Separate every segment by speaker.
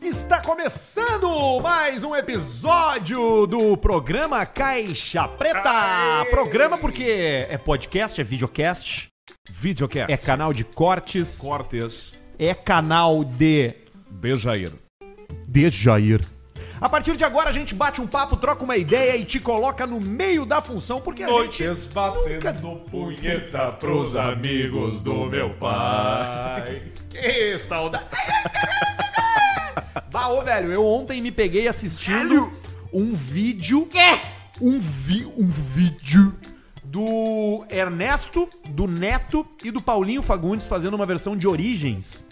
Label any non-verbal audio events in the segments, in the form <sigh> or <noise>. Speaker 1: Está começando mais um episódio do programa Caixa Preta. Programa porque é podcast, é videocast,
Speaker 2: Videocast.
Speaker 1: é canal de cortes,
Speaker 2: Cortes
Speaker 1: é canal de
Speaker 2: de Jair.
Speaker 1: de Jair. A partir de agora a gente bate um papo, troca uma ideia e te coloca no meio da função porque a gente
Speaker 2: Noites
Speaker 1: nunca-
Speaker 2: batendo punheta pros amigos do meu pai.
Speaker 1: Que saudade! bah, ô, velho, eu ontem me peguei assistindo um vídeo. Um, vi, um vídeo do Ernesto, do Neto e do Paulinho Fagundes fazendo uma versão de Origens.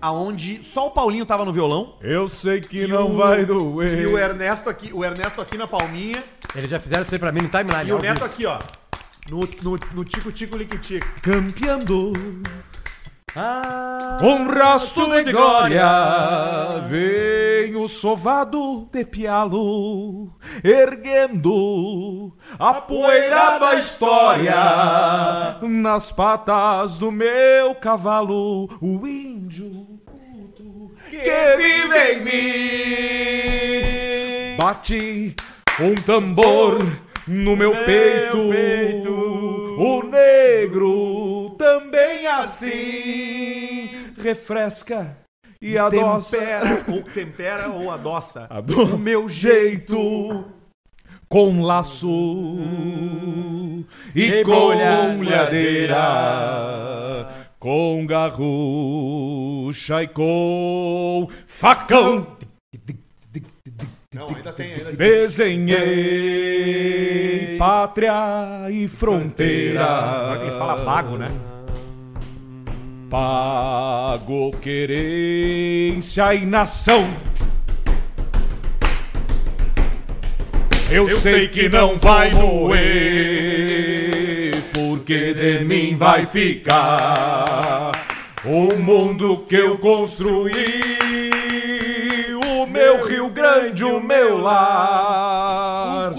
Speaker 1: Aonde só o Paulinho tava no violão.
Speaker 2: Eu sei que
Speaker 1: e
Speaker 2: não
Speaker 1: o-
Speaker 2: vai
Speaker 1: E o
Speaker 2: doer.
Speaker 1: Ernesto aqui, o Ernesto aqui na palminha.
Speaker 3: Eles já fizeram isso aí pra mim no timeline.
Speaker 1: E o
Speaker 3: ao
Speaker 1: Neto
Speaker 3: vivo.
Speaker 1: aqui, ó. No, no, no Tico Tico Liquitico.
Speaker 2: Campeando
Speaker 3: Ah,
Speaker 2: um rastro de glória, vem o sovado de pialo, erguendo a poeira da história nas patas do meu cavalo, o índio puto que vive em mim. Bate um tambor no meu peito,
Speaker 3: peito.
Speaker 2: o negro também assim refresca e adoça
Speaker 1: Tempera, ou tempera ou adoça.
Speaker 2: o meu jeito com laço e com olhadeira, com garrucha e com facão.
Speaker 1: Não, ainda tem, ainda tem.
Speaker 2: Desenhei pátria e fronteira.
Speaker 1: Agora que ele fala pago, né?
Speaker 2: Pago querência e nação. Eu, sei que não vai doer, porque de mim vai ficar o mundo que eu construí, o meu Rio Grande, o meu lar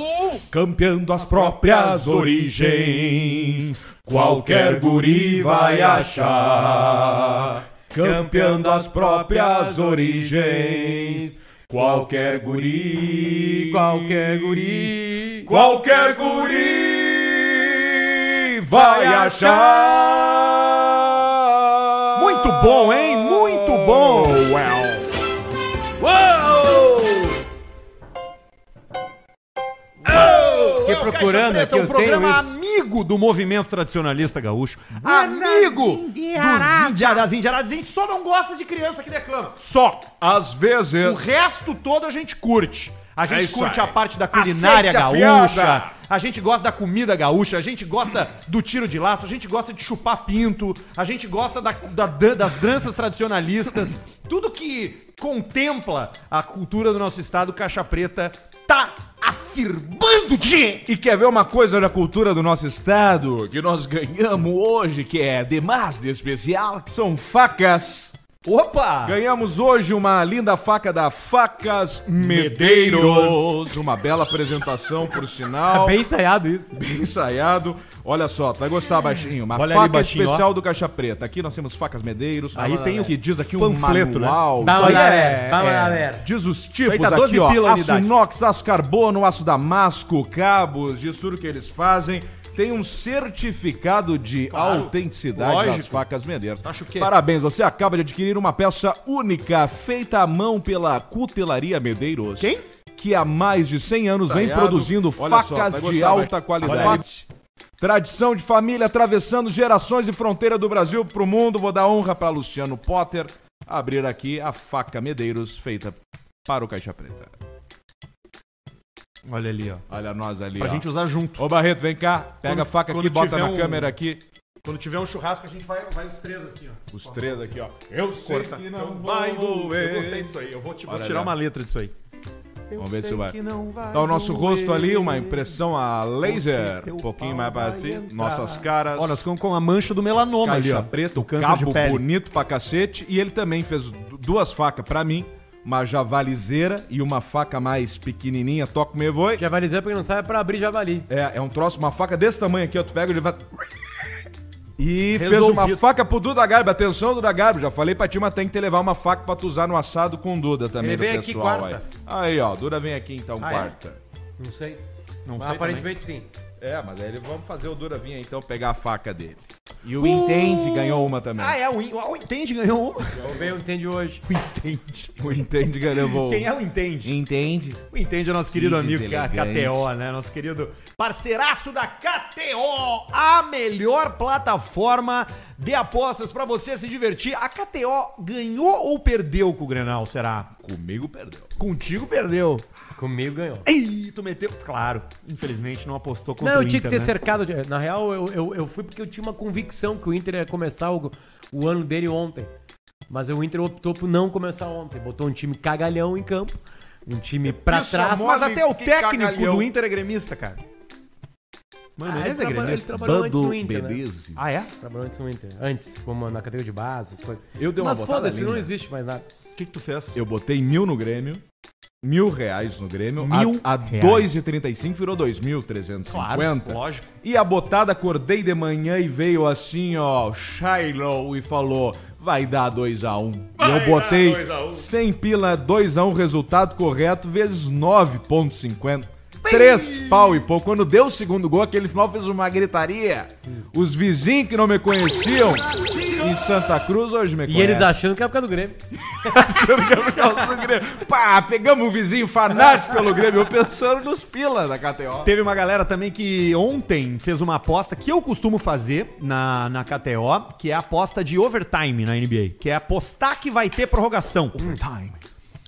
Speaker 2: campeando as próprias origens. Qualquer guri vai achar, campeando as próprias origens. Qualquer guri,
Speaker 3: Qualquer guri.
Speaker 2: qualquer guri vai achar.
Speaker 1: Muito bom, hein? Muito bom!
Speaker 2: Uou!
Speaker 3: Fiquei
Speaker 1: É o
Speaker 3: procurando
Speaker 1: Caixa Preta, um
Speaker 3: aqui, eu tenho
Speaker 1: programa
Speaker 3: isso.
Speaker 1: amigo do movimento tradicionalista gaúcho, amigo dos indiaradas indiaradas. A gente só não gosta de criança que declama. Só.
Speaker 2: Às
Speaker 1: O
Speaker 2: vezes.
Speaker 1: resto todo a gente curte. A gente
Speaker 2: isso
Speaker 1: curte
Speaker 2: aí.
Speaker 1: a parte da culinária
Speaker 2: Aceite a
Speaker 1: gaúcha.
Speaker 2: piada.
Speaker 1: A gente gosta da comida gaúcha, a gente gosta do tiro de laço, a gente gosta de chupar pinto, a gente gosta da- da dan- das danças tradicionalistas. Tudo que contempla a cultura do nosso estado, Caixa Preta tá afirmando de
Speaker 2: E quer ver uma coisa da cultura do nosso estado que nós ganhamos hoje, que é demais de especial, que são facas.
Speaker 1: Opa!
Speaker 2: Ganhamos hoje uma linda faca da Facas Medeiros. Uma bela apresentação, por
Speaker 3: Tá
Speaker 2: sinal.
Speaker 3: bem ensaiado isso.
Speaker 2: Bem ensaiado. Olha só, tu vai gostar, baixinho. Uma
Speaker 1: Olha ali,
Speaker 2: faca
Speaker 1: baixinho,
Speaker 2: especial do Caixa Preta. Aqui nós temos facas Medeiros.
Speaker 1: Aí tem o
Speaker 2: que diz aqui um
Speaker 1: panfleto, né?
Speaker 2: manual.
Speaker 1: Dá uma
Speaker 3: Dá uma
Speaker 1: aí é-
Speaker 3: galera. Dá uma
Speaker 1: é-
Speaker 3: galera.
Speaker 2: Diz os
Speaker 1: aí
Speaker 2: tipos
Speaker 1: tá 12
Speaker 2: aqui, ó.
Speaker 1: pila a
Speaker 2: aço
Speaker 1: unidade.
Speaker 2: inox, aço carbono, aço damasco, cabos, diz tudo que eles fazem. Tem um certificado de autenticidade das
Speaker 1: lógico. Tá
Speaker 2: facas Medeiros.
Speaker 1: Acho que-
Speaker 2: Parabéns, você acaba de adquirir uma peça única, feita à mão pela Cutelaria Medeiros.
Speaker 1: Quem?
Speaker 2: Que há mais de 100 anos vem
Speaker 3: Ensaiado.
Speaker 2: produzindo
Speaker 3: Olha só,
Speaker 2: facas
Speaker 3: vai
Speaker 2: de
Speaker 3: gostar,
Speaker 2: alta
Speaker 3: vai.
Speaker 2: qualidade.
Speaker 3: Olha ali.
Speaker 2: Tradição de família atravessando gerações e fronteira do Brasil pro mundo. Vou dar honra para Luciano Potter abrir aqui a faca Medeiros feita para o Caixa Preta.
Speaker 1: Olha ali, ó.
Speaker 2: Olha nós ali,
Speaker 1: Pra
Speaker 2: ó.
Speaker 1: gente usar junto.
Speaker 2: Ô Barreto, vem cá. Pega
Speaker 1: Quando-
Speaker 2: a faca aqui,
Speaker 1: quando
Speaker 2: bota
Speaker 1: tiver
Speaker 2: na
Speaker 1: um-
Speaker 2: câmera aqui.
Speaker 1: Quando tiver um churrasco, a gente vai, vai os três assim, ó.
Speaker 2: Os três aqui, ó. Eu sei
Speaker 1: Corta.
Speaker 2: que
Speaker 1: Então
Speaker 2: não
Speaker 1: vai
Speaker 2: vai
Speaker 1: doer. Eu
Speaker 2: doer.
Speaker 1: gostei disso aí. Eu vou, te- vou
Speaker 2: Olha
Speaker 1: tirar
Speaker 2: ali, ó.
Speaker 1: uma letra disso aí.
Speaker 2: Vamos ver se vai.
Speaker 1: não vai.
Speaker 2: Tá o nosso
Speaker 1: doer.
Speaker 2: rosto ali, uma impressão a laser.
Speaker 1: Porque teu
Speaker 2: Um pouquinho
Speaker 1: pau
Speaker 2: mais pra
Speaker 1: vai
Speaker 2: cima.
Speaker 1: entrar.
Speaker 2: Nossas caras.
Speaker 1: Ó, nós ficamos com a mancha do melanoma ali,
Speaker 2: caixa
Speaker 1: ó.
Speaker 2: preta,
Speaker 1: do
Speaker 2: o
Speaker 1: câncer
Speaker 2: cabo
Speaker 1: de pele.
Speaker 2: bonito pra cacete. E ele também fez du- duas facas pra mim, uma javalizeira e uma faca mais pequenininha, toca o meu voi.
Speaker 3: Javalizando porque não sabe é pra abrir javali.
Speaker 2: É, é um troço, uma faca desse tamanho aqui, ó, tu pega ele vai... E fez uma
Speaker 1: Resolvido.
Speaker 2: faca pro Duda Garbi. Atenção, Duda Garbi. Já falei pra ti, mas tem que te levar uma faca pra tu usar no assado com o Duda também,
Speaker 3: Ele
Speaker 2: do
Speaker 3: vem aqui
Speaker 2: pessoal.
Speaker 3: quarta.
Speaker 2: Aí. aí, ó. Duda vem aqui então,
Speaker 3: Ah, é?
Speaker 2: quarta.
Speaker 3: Não sei.
Speaker 2: Não
Speaker 3: Mas
Speaker 2: sei
Speaker 3: aparentemente sim.
Speaker 2: É? mas aí ele- vamos fazer o Duda vir aí, então pegar a faca dele. E o Entende ganhou uma também.
Speaker 1: Uh! Ah, é, o, In- o Entende ganhou
Speaker 2: <laughs>
Speaker 1: uma.
Speaker 3: Vamos ver o entende hoje.
Speaker 1: O Entende.
Speaker 2: O Entende ganhou.
Speaker 1: Quem é o Entende?
Speaker 2: Entende?
Speaker 1: O Entende é nosso querido
Speaker 2: Que
Speaker 1: amigo da
Speaker 2: deselegante.
Speaker 1: KTO, né? Nosso querido parceiraço da KTO, a melhor plataforma de apostas pra você se divertir. A KTO ganhou ou perdeu com o Grenal, será?
Speaker 2: Comigo perdeu.
Speaker 1: Contigo perdeu.
Speaker 3: Comigo ganhou.
Speaker 1: Ei, tu meteu. Claro, infelizmente não apostou contra
Speaker 3: Não,
Speaker 1: o
Speaker 3: eu tinha que
Speaker 1: Inter,
Speaker 3: ter
Speaker 1: né?
Speaker 3: cercado. de- Na real, eu, eu, eu fui porque eu tinha uma convicção que o Inter ia começar o, o ano dele ontem. Mas o Inter optou por não começar ontem. Botou um time cagalhão em campo. Um time pra
Speaker 2: Isso,
Speaker 3: trás.
Speaker 2: amor.
Speaker 1: Mas até o
Speaker 2: Que
Speaker 1: técnico
Speaker 2: cagalhão.
Speaker 1: do Inter é gremista, cara. Mano,
Speaker 3: Ah,
Speaker 1: Menezes é
Speaker 3: ele trabalhou- ele
Speaker 1: gremista.
Speaker 3: trabalhou antes no Inter, né?
Speaker 2: beleza.
Speaker 1: Ah, é?
Speaker 3: Trabalhou antes no Inter. Antes, como na categoria de base, as coisas.
Speaker 2: Eu dei uma
Speaker 3: Mas
Speaker 2: botada
Speaker 3: foda-se,
Speaker 2: linda.
Speaker 1: né?
Speaker 3: não existe mais nada.
Speaker 1: O que, que tu fez?
Speaker 2: Eu botei mil no Grêmio. Mil reais no Grêmio.
Speaker 1: Mil
Speaker 2: a, a
Speaker 1: reais.
Speaker 2: 2,35 virou 2.350.
Speaker 1: lógico.
Speaker 2: E a botada acordei de manhã e veio assim, ó, Shiloh e falou: vai dar 2x1. E eu botei 100 pila, 2x1, resultado correto, vezes 9,50. Três pau e pouco. Quando deu o segundo gol, aquele final fez uma gritaria. Os vizinhos que não me conheciam em Santa Cruz hoje me
Speaker 3: E
Speaker 2: conhecem.
Speaker 3: eles achando que é por causa do Grêmio.
Speaker 2: Por causa do Grêmio. Pá, pegamos um vizinho fanático pelo Grêmio, eu pensando nos pila da KTO.
Speaker 1: Teve uma galera também que ontem fez uma aposta que eu costumo fazer na, na KTO, que é a aposta de overtime na NBA, que é apostar que vai ter prorrogação. Overtime.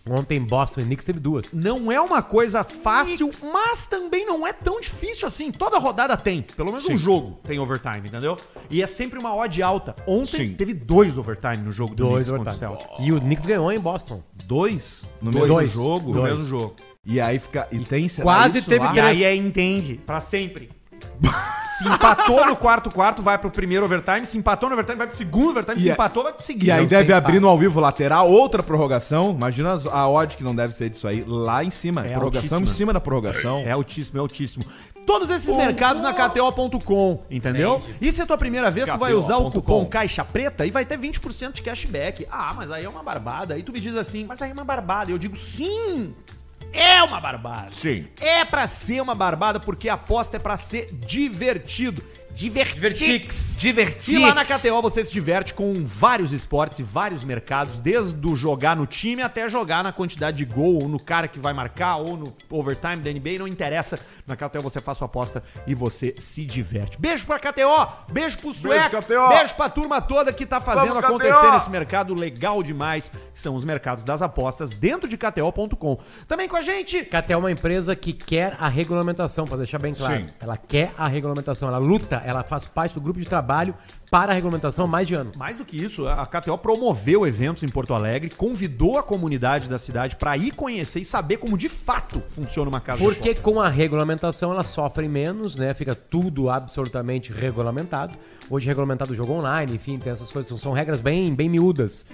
Speaker 3: Ontem Boston e Knicks teve duas.
Speaker 1: Não é uma coisa fácil, mas também não é tão difícil assim. Toda rodada tem, pelo menos um jogo tem overtime, entendeu? E é sempre uma odd alta. Ontem
Speaker 2: Sim.
Speaker 1: teve dois overtime no jogo do Knicks
Speaker 3: Dois
Speaker 1: contra o
Speaker 3: overtime.
Speaker 1: Celtics.
Speaker 3: E o Knicks ganhou em Boston.
Speaker 2: Dois no
Speaker 3: Dois.
Speaker 2: mesmo jogo?
Speaker 1: No
Speaker 3: Dois.
Speaker 1: mesmo jogo.
Speaker 2: E aí fica. E tem será
Speaker 3: quase
Speaker 2: isso
Speaker 3: teve
Speaker 2: lá?
Speaker 1: E
Speaker 3: Três.
Speaker 1: aí é entende, pra sempre. Se empatou no quarto quarto, vai pro primeiro overtime. Se empatou no overtime, vai pro segundo overtime. Se
Speaker 2: E a-
Speaker 1: empatou, vai pro seguinte.
Speaker 2: E aí
Speaker 1: Não
Speaker 2: deve
Speaker 1: tem
Speaker 2: abrir
Speaker 1: empate.
Speaker 2: no ao vivo lateral outra prorrogação. Imagina as- a odd que não deve ser disso aí. Lá em cima.
Speaker 1: É
Speaker 2: prorrogação
Speaker 1: altíssima.
Speaker 2: em cima da prorrogação.
Speaker 1: É altíssimo, é altíssimo. Todos esses mercados na KTO.com, entendeu? E se é tua primeira vez, tu vai
Speaker 2: KTO.com.
Speaker 1: usar o cupom Caixa Preta e vai ter 20% de cashback. Ah, mas aí é uma barbada. Aí tu me diz assim, mas aí é uma barbada. Eu digo, sim, é uma barbada.
Speaker 2: Sim.
Speaker 1: É pra ser uma barbada, porque a aposta é pra ser divertido. Divertix. Divertix. E lá na KTO você se diverte com vários esportes e vários mercados, desde o jogar no time até jogar na quantidade de gol, ou no cara que vai marcar, ou no overtime da NBA, não interessa. Na KTO você faz sua aposta e você se diverte. Beijo pra KTO, beijo pro Sueco,
Speaker 2: KTO.
Speaker 1: beijo pra turma toda que tá fazendo
Speaker 2: Vamos, KTO.
Speaker 1: acontecer nesse mercado legal demais, que são os mercados das apostas dentro de KTO.com. Também com a gente,
Speaker 3: Catel é uma empresa que quer a regulamentação, pra deixar bem claro.
Speaker 2: Sim.
Speaker 3: Ela quer a regulamentação, ela luta, ela faz parte do grupo de trabalho para a regulamentação há mais de ano.
Speaker 1: Mais do que isso, a KTO promoveu eventos em Porto Alegre, convidou a comunidade da cidade pra ir conhecer e saber como de fato funciona uma casa de
Speaker 3: Porque com a regulamentação elas sofrem menos, né? Fica tudo absolutamente regulamentado. Hoje é regulamentado o jogo online, enfim, tem essas coisas, são regras bem, bem miúdas.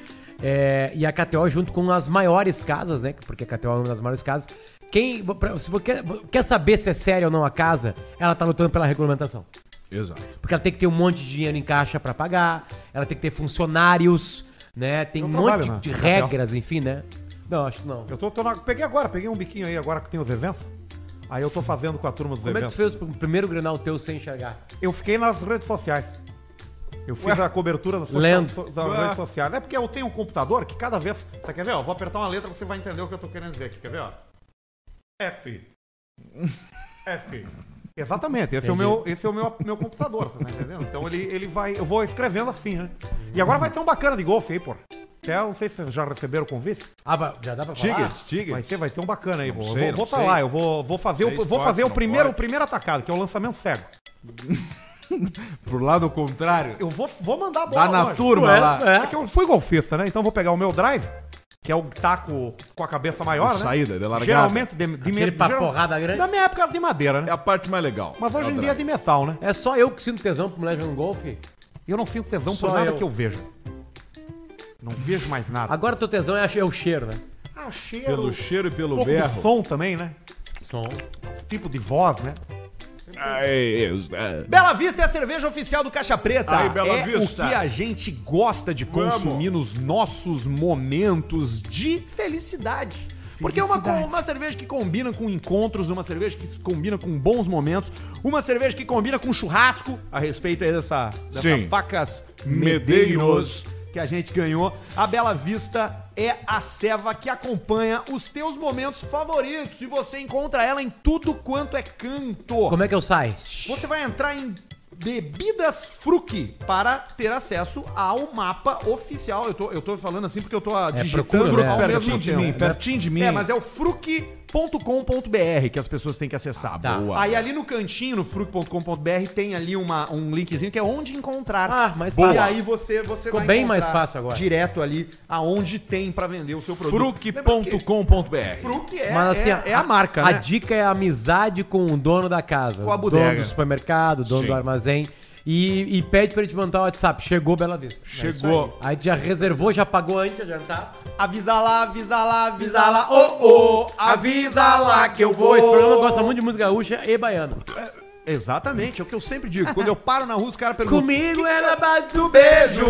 Speaker 3: É, e a KTO junto com as maiores casas, né? Porque a KTO é uma das maiores casas. Quem, pra- se você quer, quer saber se é séria ou não a casa, ela tá lutando pela regulamentação.
Speaker 2: Exato.
Speaker 3: Porque ela tem que ter um monte de dinheiro em caixa pra pagar, ela tem que ter funcionários, né? Tem
Speaker 1: Eu
Speaker 3: um
Speaker 1: trabalho
Speaker 3: monte
Speaker 1: na-
Speaker 3: de
Speaker 1: na
Speaker 3: regras, enfim, né? Não, acho que não.
Speaker 1: Eu tô, tô na- peguei agora, peguei um biquinho aí agora que tem os eventos. Aí eu tô fazendo com a turma dos
Speaker 3: Como é que tu
Speaker 1: eventos.
Speaker 3: fez o primeiro granal teu sem enxergar?
Speaker 1: Eu fiquei nas redes sociais. Eu fiz a cobertura da, social,
Speaker 3: Lendo.
Speaker 1: so- da
Speaker 2: Ué.
Speaker 1: rede social. É porque eu tenho um computador que cada vez. Você quer ver? Ó, vou apertar uma letra você vai entender o que eu tô querendo dizer aqui. Quer ver? Ó? F. <laughs> F. Exatamente, esse é o
Speaker 3: Entendi.
Speaker 1: meu, esse é o meu, meu computador, você tá entendendo? Então ele, ele vai. Eu vou escrevendo assim, né? E agora vai ter um bacana de golfe aí, pô. Até eu não sei se vocês já receberam o convite.
Speaker 3: Ah, vai- já dá pra falar?
Speaker 2: Ticket, ticket.
Speaker 1: Vai ter, vai ter um bacana aí, pô.
Speaker 2: sei,
Speaker 1: Eu vou,
Speaker 2: não
Speaker 1: vou tá
Speaker 2: sei.
Speaker 1: lá, eu vou, vou fazer,
Speaker 2: Sei
Speaker 1: o, vou
Speaker 2: esporte,
Speaker 1: fazer o
Speaker 2: não
Speaker 1: primeiro, o
Speaker 2: pode.
Speaker 1: primeiro atacado, que é o lançamento cego.
Speaker 2: Pro lado contrário.
Speaker 1: Eu vou, vou mandar a bola.
Speaker 2: Dá na
Speaker 1: longe.
Speaker 2: turma
Speaker 3: Ué,
Speaker 2: lá.
Speaker 3: é.
Speaker 1: É que eu fui golfista, né? Então eu vou pegar o meu drive, que é o taco com a cabeça maior, né?
Speaker 2: Saída, de largada.
Speaker 1: Geralmente de, de
Speaker 3: Aquele pra porrada grande.
Speaker 1: Da minha época era de madeira,
Speaker 2: É
Speaker 1: né?
Speaker 2: a parte mais legal.
Speaker 1: Mas hoje em dia é
Speaker 2: Saudade.
Speaker 1: de metal, né?
Speaker 3: É só eu que sinto tesão por mulher jogando golfe?
Speaker 1: Eu não sinto tesão por
Speaker 3: Só
Speaker 1: nada
Speaker 3: eu.
Speaker 1: que eu vejo. Não vejo mais nada.
Speaker 3: Agora teu tesão é, é o cheiro, né?
Speaker 1: Ah, cheiro,
Speaker 2: Pelo cheiro e
Speaker 1: um
Speaker 2: pelo
Speaker 1: pouco de
Speaker 2: berro.
Speaker 1: som também, né?
Speaker 3: Som.
Speaker 1: Tipo de voz, né?
Speaker 2: Ai, eu- é.
Speaker 1: Bela Vista é a cerveja oficial do Caixa Preta.
Speaker 2: Aí, Bela
Speaker 1: é
Speaker 2: Vista.
Speaker 1: o que a gente gosta de consumir nos nossos momentos de felicidade. Porque é uma, co-
Speaker 2: Felicidade.
Speaker 1: uma cerveja que combina com encontros, uma cerveja que se combina com bons momentos, uma cerveja que combina com churrasco, a respeito aí dessa, dessa
Speaker 2: Sim.
Speaker 1: facas
Speaker 2: Medeiros.
Speaker 1: Medeiros que a gente ganhou. A Bela Vista é a ceva que acompanha os teus momentos favoritos e você encontra ela em tudo quanto é canto.
Speaker 3: Como é que eu saio?
Speaker 1: Você vai entrar em Bebidas Fruc para ter acesso ao mapa oficial. Eu tô, eu tô falando assim porque eu tô ah, digitando
Speaker 3: procura, né?
Speaker 1: ao
Speaker 2: Pertinho
Speaker 1: mesmo
Speaker 2: de mim,
Speaker 1: tempo.
Speaker 2: pertinho de mim.
Speaker 1: É, mas é o fruc.com.br que as pessoas têm que acessar.
Speaker 3: Tá.
Speaker 1: Boa. Aí ali no cantinho, no fruc.com.br, tem ali uma, um linkzinho que é onde encontrar.
Speaker 3: Ah, mais
Speaker 1: E
Speaker 3: fácil.
Speaker 1: aí você, você
Speaker 3: Ficou bem
Speaker 1: encontrar
Speaker 3: mais fácil agora.
Speaker 1: Direto ali aonde tem pra vender o seu produto. Lembra que
Speaker 2: Fruc.com.br.
Speaker 1: Fruc é,
Speaker 3: Mas assim,
Speaker 1: é, é a, marca,
Speaker 3: A
Speaker 1: né?
Speaker 3: dica é a amizade com o dono da casa.
Speaker 1: Com a
Speaker 3: o dono
Speaker 1: bodega.
Speaker 3: do supermercado, dono
Speaker 2: Sim.
Speaker 3: do armazém. E, e pede pra ele te mandar o WhatsApp. Chegou Bela Vista. É
Speaker 2: Chegou.
Speaker 3: Aí tu já reservou, já pagou antes de adiantar.
Speaker 1: Avisa lá, avisa lá, avisa lá, ô ô, avisa lá que eu vou.
Speaker 3: Esse programa gosta muito de música gaúcha e baiana.
Speaker 1: Exatamente, é o que eu sempre digo. Quando eu paro na rua, os caras perguntam.
Speaker 3: Comigo é na base do
Speaker 1: Beijo!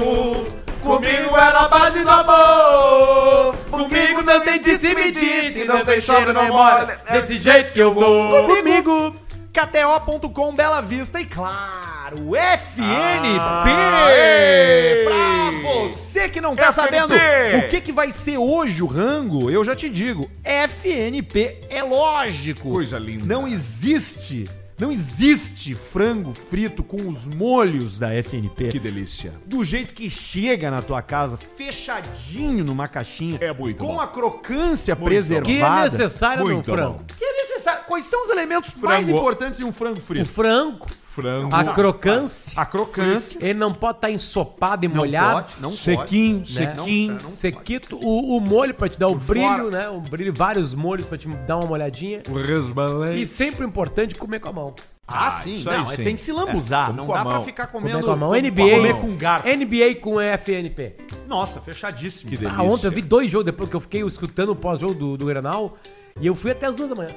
Speaker 3: Comigo é na base do amor. Comigo não tem disse e me disse. Não tem choro, não mora.
Speaker 1: é
Speaker 3: Desse jeito que eu vou. Comigo.
Speaker 1: KTO.com Bela Vista e claro, FNP!
Speaker 2: Aê!
Speaker 1: pra você que não tá
Speaker 2: FNP.
Speaker 1: sabendo o que, que vai ser hoje o rango, eu já te digo. FNP é lógico.
Speaker 2: Coisa linda.
Speaker 1: Não existe, não existe frango frito com os molhos da FNP.
Speaker 2: Que delícia.
Speaker 1: do jeito que chega na tua casa, fechadinho numa caixinha,
Speaker 2: É muito
Speaker 1: com
Speaker 2: bom.
Speaker 1: a crocância
Speaker 3: Que é
Speaker 1: preservada.
Speaker 3: necessário no
Speaker 2: Muito
Speaker 3: frango.
Speaker 2: bom.
Speaker 1: Que é necessário. Quais são os elementos mais
Speaker 2: Frango.
Speaker 1: importantes em um frango
Speaker 3: O
Speaker 1: frito?
Speaker 3: frango,
Speaker 2: Frango.
Speaker 1: Tá.
Speaker 3: a crocância,
Speaker 1: A crocância.
Speaker 3: ele não pode estar ensopada e molhado.
Speaker 1: não
Speaker 2: Sequinho,
Speaker 1: Né?
Speaker 2: sequinho.
Speaker 1: Não, não
Speaker 3: Sequito, o, o molho pra te dar o brilho,
Speaker 2: fora.
Speaker 3: né? O brilho, vários molhos pra te dar uma molhadinha.
Speaker 2: O resbalante.
Speaker 3: E sempre importante comer com a mão.
Speaker 1: Ah,
Speaker 2: Ah,
Speaker 1: sim.
Speaker 2: isso aí
Speaker 1: não, é,
Speaker 2: sim.
Speaker 1: tem que se lambuzar.
Speaker 2: É,
Speaker 1: não
Speaker 2: com a
Speaker 1: dá pra
Speaker 2: mão.
Speaker 1: ficar comendo.
Speaker 3: Comer com a mão. NBA.
Speaker 1: Comer com garfo.
Speaker 3: NBA com FNP.
Speaker 1: Nossa, fechadíssimo.
Speaker 2: Que delícia.
Speaker 3: Ah, ontem eu vi dois jogos depois que eu fiquei escutando o pós-jogo do, do Granal e eu fui até as duas da manhã.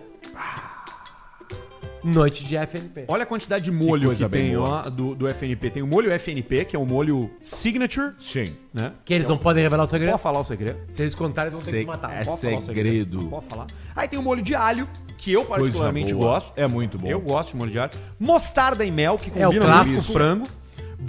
Speaker 3: Ah, Noite de FNP.
Speaker 1: Olha a quantidade de molho que,
Speaker 2: coisa bem
Speaker 1: tem
Speaker 2: boa.
Speaker 1: ó, do, do FNP. Tem o molho FNP, que é o molho signature,
Speaker 2: Sim.
Speaker 1: né?
Speaker 3: Que eles não podem revelar o segredo.
Speaker 1: Pode falar o segredo.
Speaker 3: Se eles contarem, eles vão ter que matar.
Speaker 2: É
Speaker 1: Pode falar o
Speaker 2: segredo.
Speaker 1: Não Pode falar. Aí tem o molho de alho, que eu
Speaker 2: Coisa
Speaker 1: particularmente
Speaker 2: boa.
Speaker 1: gosto.
Speaker 2: É muito bom.
Speaker 1: Eu gosto de molho de alho. Mostarda e mel, que
Speaker 3: É,
Speaker 1: combina
Speaker 3: o
Speaker 1: muito
Speaker 3: clássico.
Speaker 1: com frango.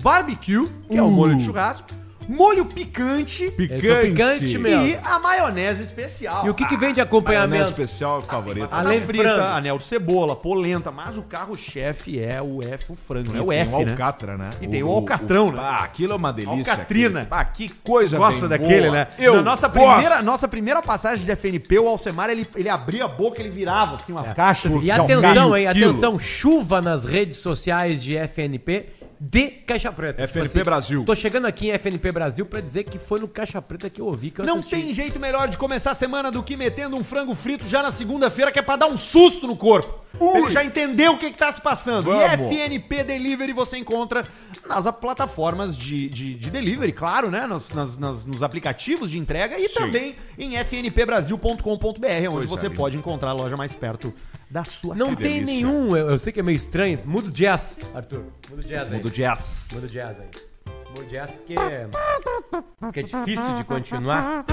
Speaker 1: Barbecue, que é o
Speaker 2: Uh.
Speaker 1: molho de churrasco. Molho um picante.
Speaker 3: Esse é o picante mesmo.
Speaker 1: E a maionese especial.
Speaker 3: E o que, que vem de
Speaker 2: Maionese
Speaker 3: acompanhamento?
Speaker 2: especial favorito.
Speaker 3: Ah, além
Speaker 1: Além
Speaker 3: de
Speaker 1: frita,
Speaker 3: frango.
Speaker 1: anel de cebola, polenta, mas o carro-chefe é o F, o frango, né?
Speaker 2: E
Speaker 1: O
Speaker 2: tem
Speaker 1: F,
Speaker 2: o
Speaker 1: né?
Speaker 2: Alcatra, né?
Speaker 1: E tem o alcatrão, né?
Speaker 2: Ah, aquilo é uma delícia.
Speaker 1: Alcatrina.
Speaker 2: aquilo. Ah, que coisa
Speaker 1: Gosta
Speaker 2: bem
Speaker 1: daquele,
Speaker 2: boa.
Speaker 1: né?
Speaker 2: Eu
Speaker 1: Na nossa
Speaker 2: gosto.
Speaker 1: primeira, nossa primeira passagem de FNP, o Alcemar, ele, ele abria a boca, ele virava assim
Speaker 2: É.
Speaker 1: uma caixa. de
Speaker 3: E
Speaker 1: calcário.
Speaker 3: atenção, hein?
Speaker 2: quilo.
Speaker 3: Atenção, chuva nas redes sociais de FNP de Caixa Preta. Tipo assim,
Speaker 2: FNP Brasil.
Speaker 3: Tô chegando aqui em FNP Brasil pra dizer que foi no Caixa Preta que eu ouvi que eu
Speaker 1: Não
Speaker 3: assisti.
Speaker 1: tem jeito melhor de começar a semana do que metendo um frango frito já na segunda-feira, que é pra dar um susto no corpo.
Speaker 2: Ui.
Speaker 1: Ele já entendeu o que, que tá se passando.
Speaker 2: Vamos.
Speaker 1: E FNP Delivery você encontra nas plataformas de, de, de delivery, claro, né? Nas, nas- nas- nos aplicativos de entrega e também em fnpbrasil.com.br, onde
Speaker 2: Coisa
Speaker 1: você
Speaker 2: linda.
Speaker 1: pode encontrar a loja mais perto da sua
Speaker 3: Não
Speaker 1: casa.
Speaker 3: tem
Speaker 2: delícia.
Speaker 3: nenhum, eu, eu sei que é meio estranho. Muda o jazz, Arthur. Muda o jazz aí.
Speaker 2: Mundo jazz.
Speaker 3: Muda o jazz aí. Muda o jazz porque. Porque é difícil de continuar.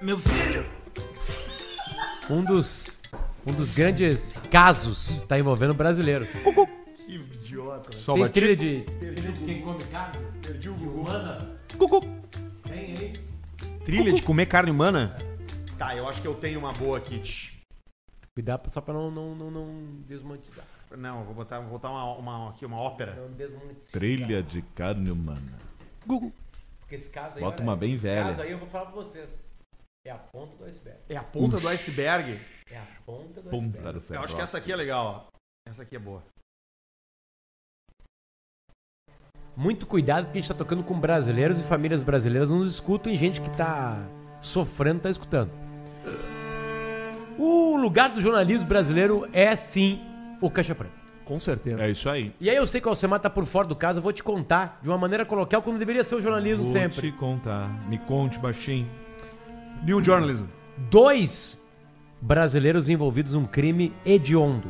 Speaker 4: Meu filho,
Speaker 3: Um dos. Um dos grandes casos tá envolvendo brasileiros.
Speaker 2: Só
Speaker 3: Tem
Speaker 2: bati-
Speaker 3: trilha de.
Speaker 1: Cucu. Trilha de comer carne humana? Tá, eu acho que eu tenho uma boa aqui. tch.
Speaker 3: Cuidar pra- só pra não, não, não, não desmonetizar.
Speaker 1: Não, eu vou botar, vou botar uma, uma- aqui uma ópera.
Speaker 3: Não desmonetizar.
Speaker 2: Trilha de carne humana.
Speaker 3: Google. Porque esse caso aí.
Speaker 2: Bota
Speaker 3: olha,
Speaker 2: uma bem
Speaker 3: esse
Speaker 2: velha.
Speaker 3: caso aí eu vou falar pra vocês. É a ponta do iceberg.
Speaker 1: É a ponta do iceberg.
Speaker 3: É a ponta do
Speaker 2: Ponta
Speaker 3: iceberg.
Speaker 2: do
Speaker 1: Eu acho que
Speaker 2: ferro.
Speaker 1: essa aqui é legal, ó. Essa aqui é boa.
Speaker 3: Muito cuidado porque a gente tá tocando com brasileiros e famílias brasileiras nos escutam e gente que tá sofrendo tá escutando. O lugar do jornalismo brasileiro é sim o Caixa Preta.
Speaker 1: Com certeza.
Speaker 2: É isso aí.
Speaker 3: E aí eu sei que o Alcemar tá por fora do caso, eu vou te contar de uma maneira coloquial como deveria ser o jornalismo
Speaker 2: Vou
Speaker 3: sempre.
Speaker 2: te contar. Me conte baixinho.
Speaker 1: New Journalism.
Speaker 3: Dois brasileiros envolvidos num crime hediondo.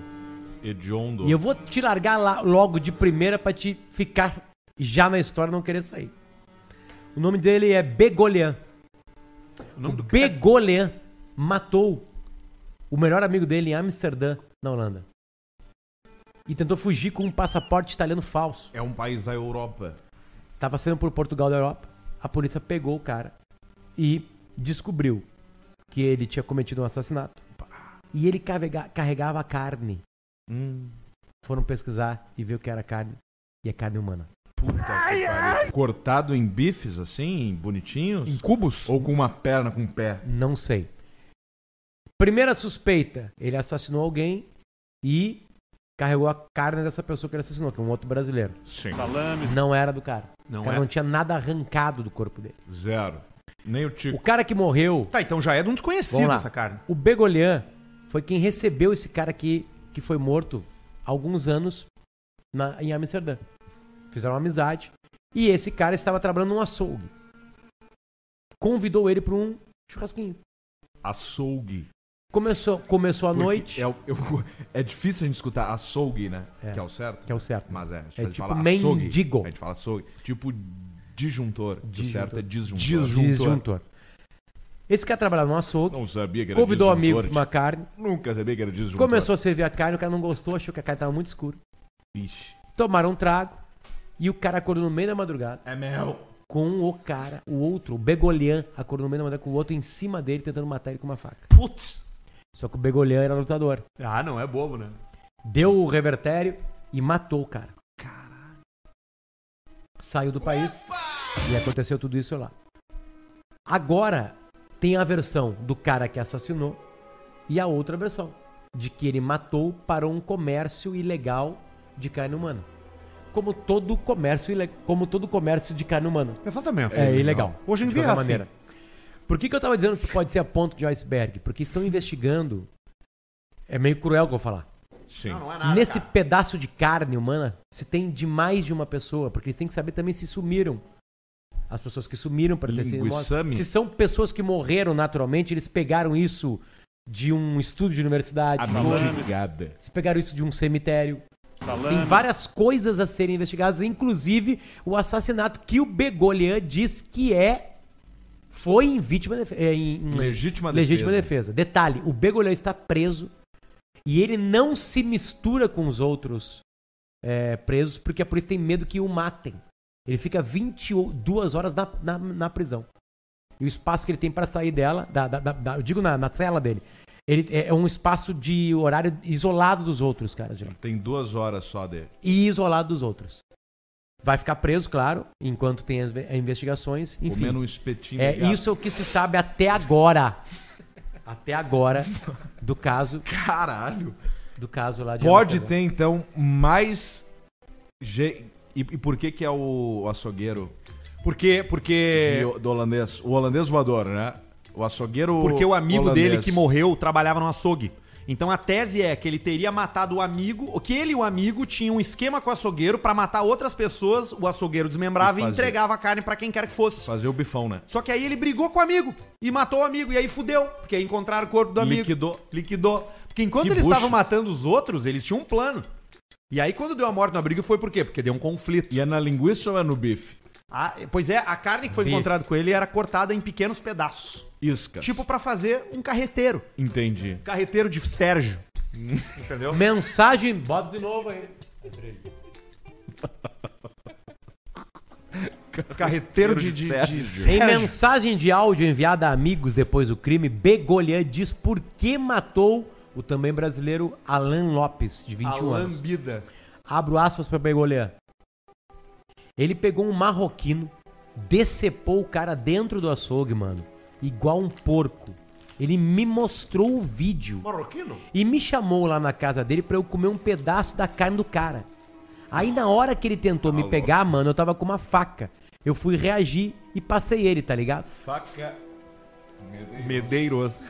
Speaker 2: Hediondo.
Speaker 3: E eu vou te largar lá logo de primeira pra te ficar já na história e não querer sair. O nome dele é Begolian.
Speaker 1: O nome do cara-
Speaker 3: Begolian matou o melhor amigo dele em Amsterdã, na Holanda. E tentou fugir com um passaporte italiano falso.
Speaker 2: É um país da Europa.
Speaker 3: Tava saindo por Portugal da Europa. A polícia pegou o cara e descobriu que ele tinha cometido um assassinato. E ele carrega- carregava carne. Foram pesquisar e ver o que era carne. E é carne humana.
Speaker 2: Puta que pariu. Cortado em bifes, assim, bonitinhos?
Speaker 1: Em cubos?
Speaker 2: Ou com uma perna, com um pé?
Speaker 3: Não sei. Primeira suspeita: ele assassinou alguém e carregou a carne dessa pessoa que ele assassinou, que é um outro brasileiro.
Speaker 2: Sim.
Speaker 3: Não era do cara.
Speaker 1: Não
Speaker 3: o cara
Speaker 1: é?
Speaker 3: não tinha nada arrancado do corpo dele.
Speaker 2: Zero. Nem o
Speaker 3: O
Speaker 1: Hum.
Speaker 2: Tico.
Speaker 3: cara que morreu
Speaker 1: Tá, então já é de um
Speaker 3: Vamos
Speaker 1: desconhecido
Speaker 3: lá.
Speaker 1: essa carne.
Speaker 3: O Begolian foi quem recebeu esse cara aqui, que foi morto há alguns anos na- em Amsterdã. Fizeram uma amizade. E esse cara estava trabalhando num açougue. Convidou ele para um churrasquinho.
Speaker 2: Açougue.
Speaker 3: Começou, começou à
Speaker 2: Porque
Speaker 3: noite,
Speaker 2: É, o- eu- <laughs> é difícil a gente escutar açougue, né?
Speaker 3: É.
Speaker 2: Que é o certo.
Speaker 3: que é o certo.
Speaker 2: Mas é. A gente
Speaker 3: É
Speaker 2: fala-
Speaker 3: tipo
Speaker 2: fala açougue.
Speaker 3: mendigo.
Speaker 2: A gente fala açougue. Tipo disjuntor. O
Speaker 3: Disjuntor.
Speaker 2: certo é disjuntor.
Speaker 1: Disjun-
Speaker 3: Disjuntor. Esse cara trabalhava num açougue,
Speaker 2: Não sabia que era
Speaker 3: convidou o
Speaker 2: É um disjuntor.
Speaker 3: amigo para uma carne,
Speaker 2: Tipo, Nunca sabia que era disjuntor.
Speaker 3: começou a servir a carne, o cara não gostou, achou que a carne estava muito escura.
Speaker 2: Ixi.
Speaker 3: Tomaram um trago e o cara acordou no meio da madrugada.
Speaker 2: É mel.
Speaker 3: com o cara, o outro, o Begolian, acordou no meio da madrugada com o outro em cima dele, tentando matar ele com uma faca.
Speaker 1: Putz.
Speaker 3: Só que o Begolian era lutador.
Speaker 1: Ah, não, é bobo, né?
Speaker 3: Deu o revertério e matou o cara. Caralho. Saiu do país e aconteceu tudo isso lá. Agora tem a versão do cara que assassinou e a outra versão de que ele matou para um comércio ilegal de carne humana. Como todo comércio, ile- como todo comércio de carne humana.
Speaker 1: Exatamente.
Speaker 3: É ilegal.
Speaker 1: Hoje em
Speaker 3: de
Speaker 1: dia,
Speaker 3: qualquer
Speaker 1: assim.
Speaker 3: maneira. Por que, que eu tava dizendo que pode ser a ponta de iceberg? Porque estão investigando. É meio cruel o que eu vou falar.
Speaker 2: Sim.
Speaker 3: Nesse pedaço de carne humana, se tem de mais de uma pessoa, porque eles têm que saber também se sumiram. As pessoas que sumiram para ter sido
Speaker 2: Linguiçame.
Speaker 3: mortas. Se são pessoas que morreram naturalmente, eles pegaram isso de um estudo de universidade,
Speaker 2: A
Speaker 3: de um outro,
Speaker 2: mendigada.
Speaker 3: se pegaram isso de um cemitério. Tem várias coisas a serem investigadas, inclusive o assassinato que o Begolian diz que é foi em vítima def- é, em, em-
Speaker 2: Legítima
Speaker 3: legítima defesa. Detalhe, o Begolian está preso e ele não se mistura com os outros é, presos porque a polícia tem medo que o matem. Ele fica 22 horas na, na, na prisão. E o espaço que ele tem para sair dela, da, da- da- da- eu digo na, na cela dele, ele é é um espaço de horário isolado dos outros, cara. Geralmente
Speaker 2: Tem duas horas só dele.
Speaker 3: e isolado dos outros. Vai ficar preso, claro, enquanto tem as ve- investigações, enfim.
Speaker 2: Comendo um espetinho.
Speaker 3: É
Speaker 2: de gato.
Speaker 3: isso é o que se sabe até agora. Até agora do caso,
Speaker 2: Caralho.
Speaker 3: do caso lá de
Speaker 2: Pode
Speaker 3: Amsterdã.
Speaker 2: ter, então, mais. ge- E, e por que que é o açougueiro
Speaker 1: Porque, porque,
Speaker 2: de- do holandês? O holandês voador, né? O açougueiro.
Speaker 1: porque o amigo
Speaker 2: holandês.
Speaker 1: dele que morreu trabalhava no açougue. Então a tese é que ele teria matado o amigo, o que ele e o amigo tinham um esquema com o açougueiro pra matar outras pessoas, o açougueiro desmembrava
Speaker 2: E
Speaker 1: e,
Speaker 2: fazer.
Speaker 1: entregava a carne pra quem quer que fosse.
Speaker 2: Fazer o bifão, né?
Speaker 1: Só que aí ele brigou com o amigo e matou o amigo. E aí fudeu, porque aí encontraram o corpo do amigo.
Speaker 2: Liquidou.
Speaker 1: Liquidou. Porque enquanto
Speaker 2: Que
Speaker 1: eles
Speaker 2: bucha.
Speaker 1: estavam matando os outros, eles tinham um plano. E aí quando deu a morte na briga foi por quê? Porque deu um conflito.
Speaker 2: E é na linguiça ou é no bife?
Speaker 1: Ah, pois é, a carne que foi
Speaker 3: Bife.
Speaker 1: encontrada com ele era cortada em pequenos pedaços.
Speaker 2: Isca.
Speaker 1: Tipo pra fazer um carreteiro.
Speaker 2: Entendi.
Speaker 1: Carreteiro de Sérgio.
Speaker 3: Mensagem, bota de novo aí.
Speaker 1: Carreteiro de, de, de
Speaker 2: Sérgio.
Speaker 1: Sérgio.
Speaker 3: Em mensagem de áudio enviada a amigos depois do crime, Begolian diz por que matou o também brasileiro Alan Lopes, de 21
Speaker 1: A
Speaker 3: anos.
Speaker 1: lambida.
Speaker 3: Abro aspas pra Begolian. Ele pegou um marroquino, decepou o cara dentro do açougue, mano. Igual um porco. Ele me mostrou o vídeo
Speaker 1: Marroquino?
Speaker 3: e me chamou lá na casa dele pra eu comer um pedaço da carne do cara. Aí na hora que ele tentou
Speaker 1: Tá
Speaker 3: me pegar, mano, eu tava com uma faca. Eu fui reagir e passei ele, tá ligado?
Speaker 2: Faca.
Speaker 1: assim. Medeiros.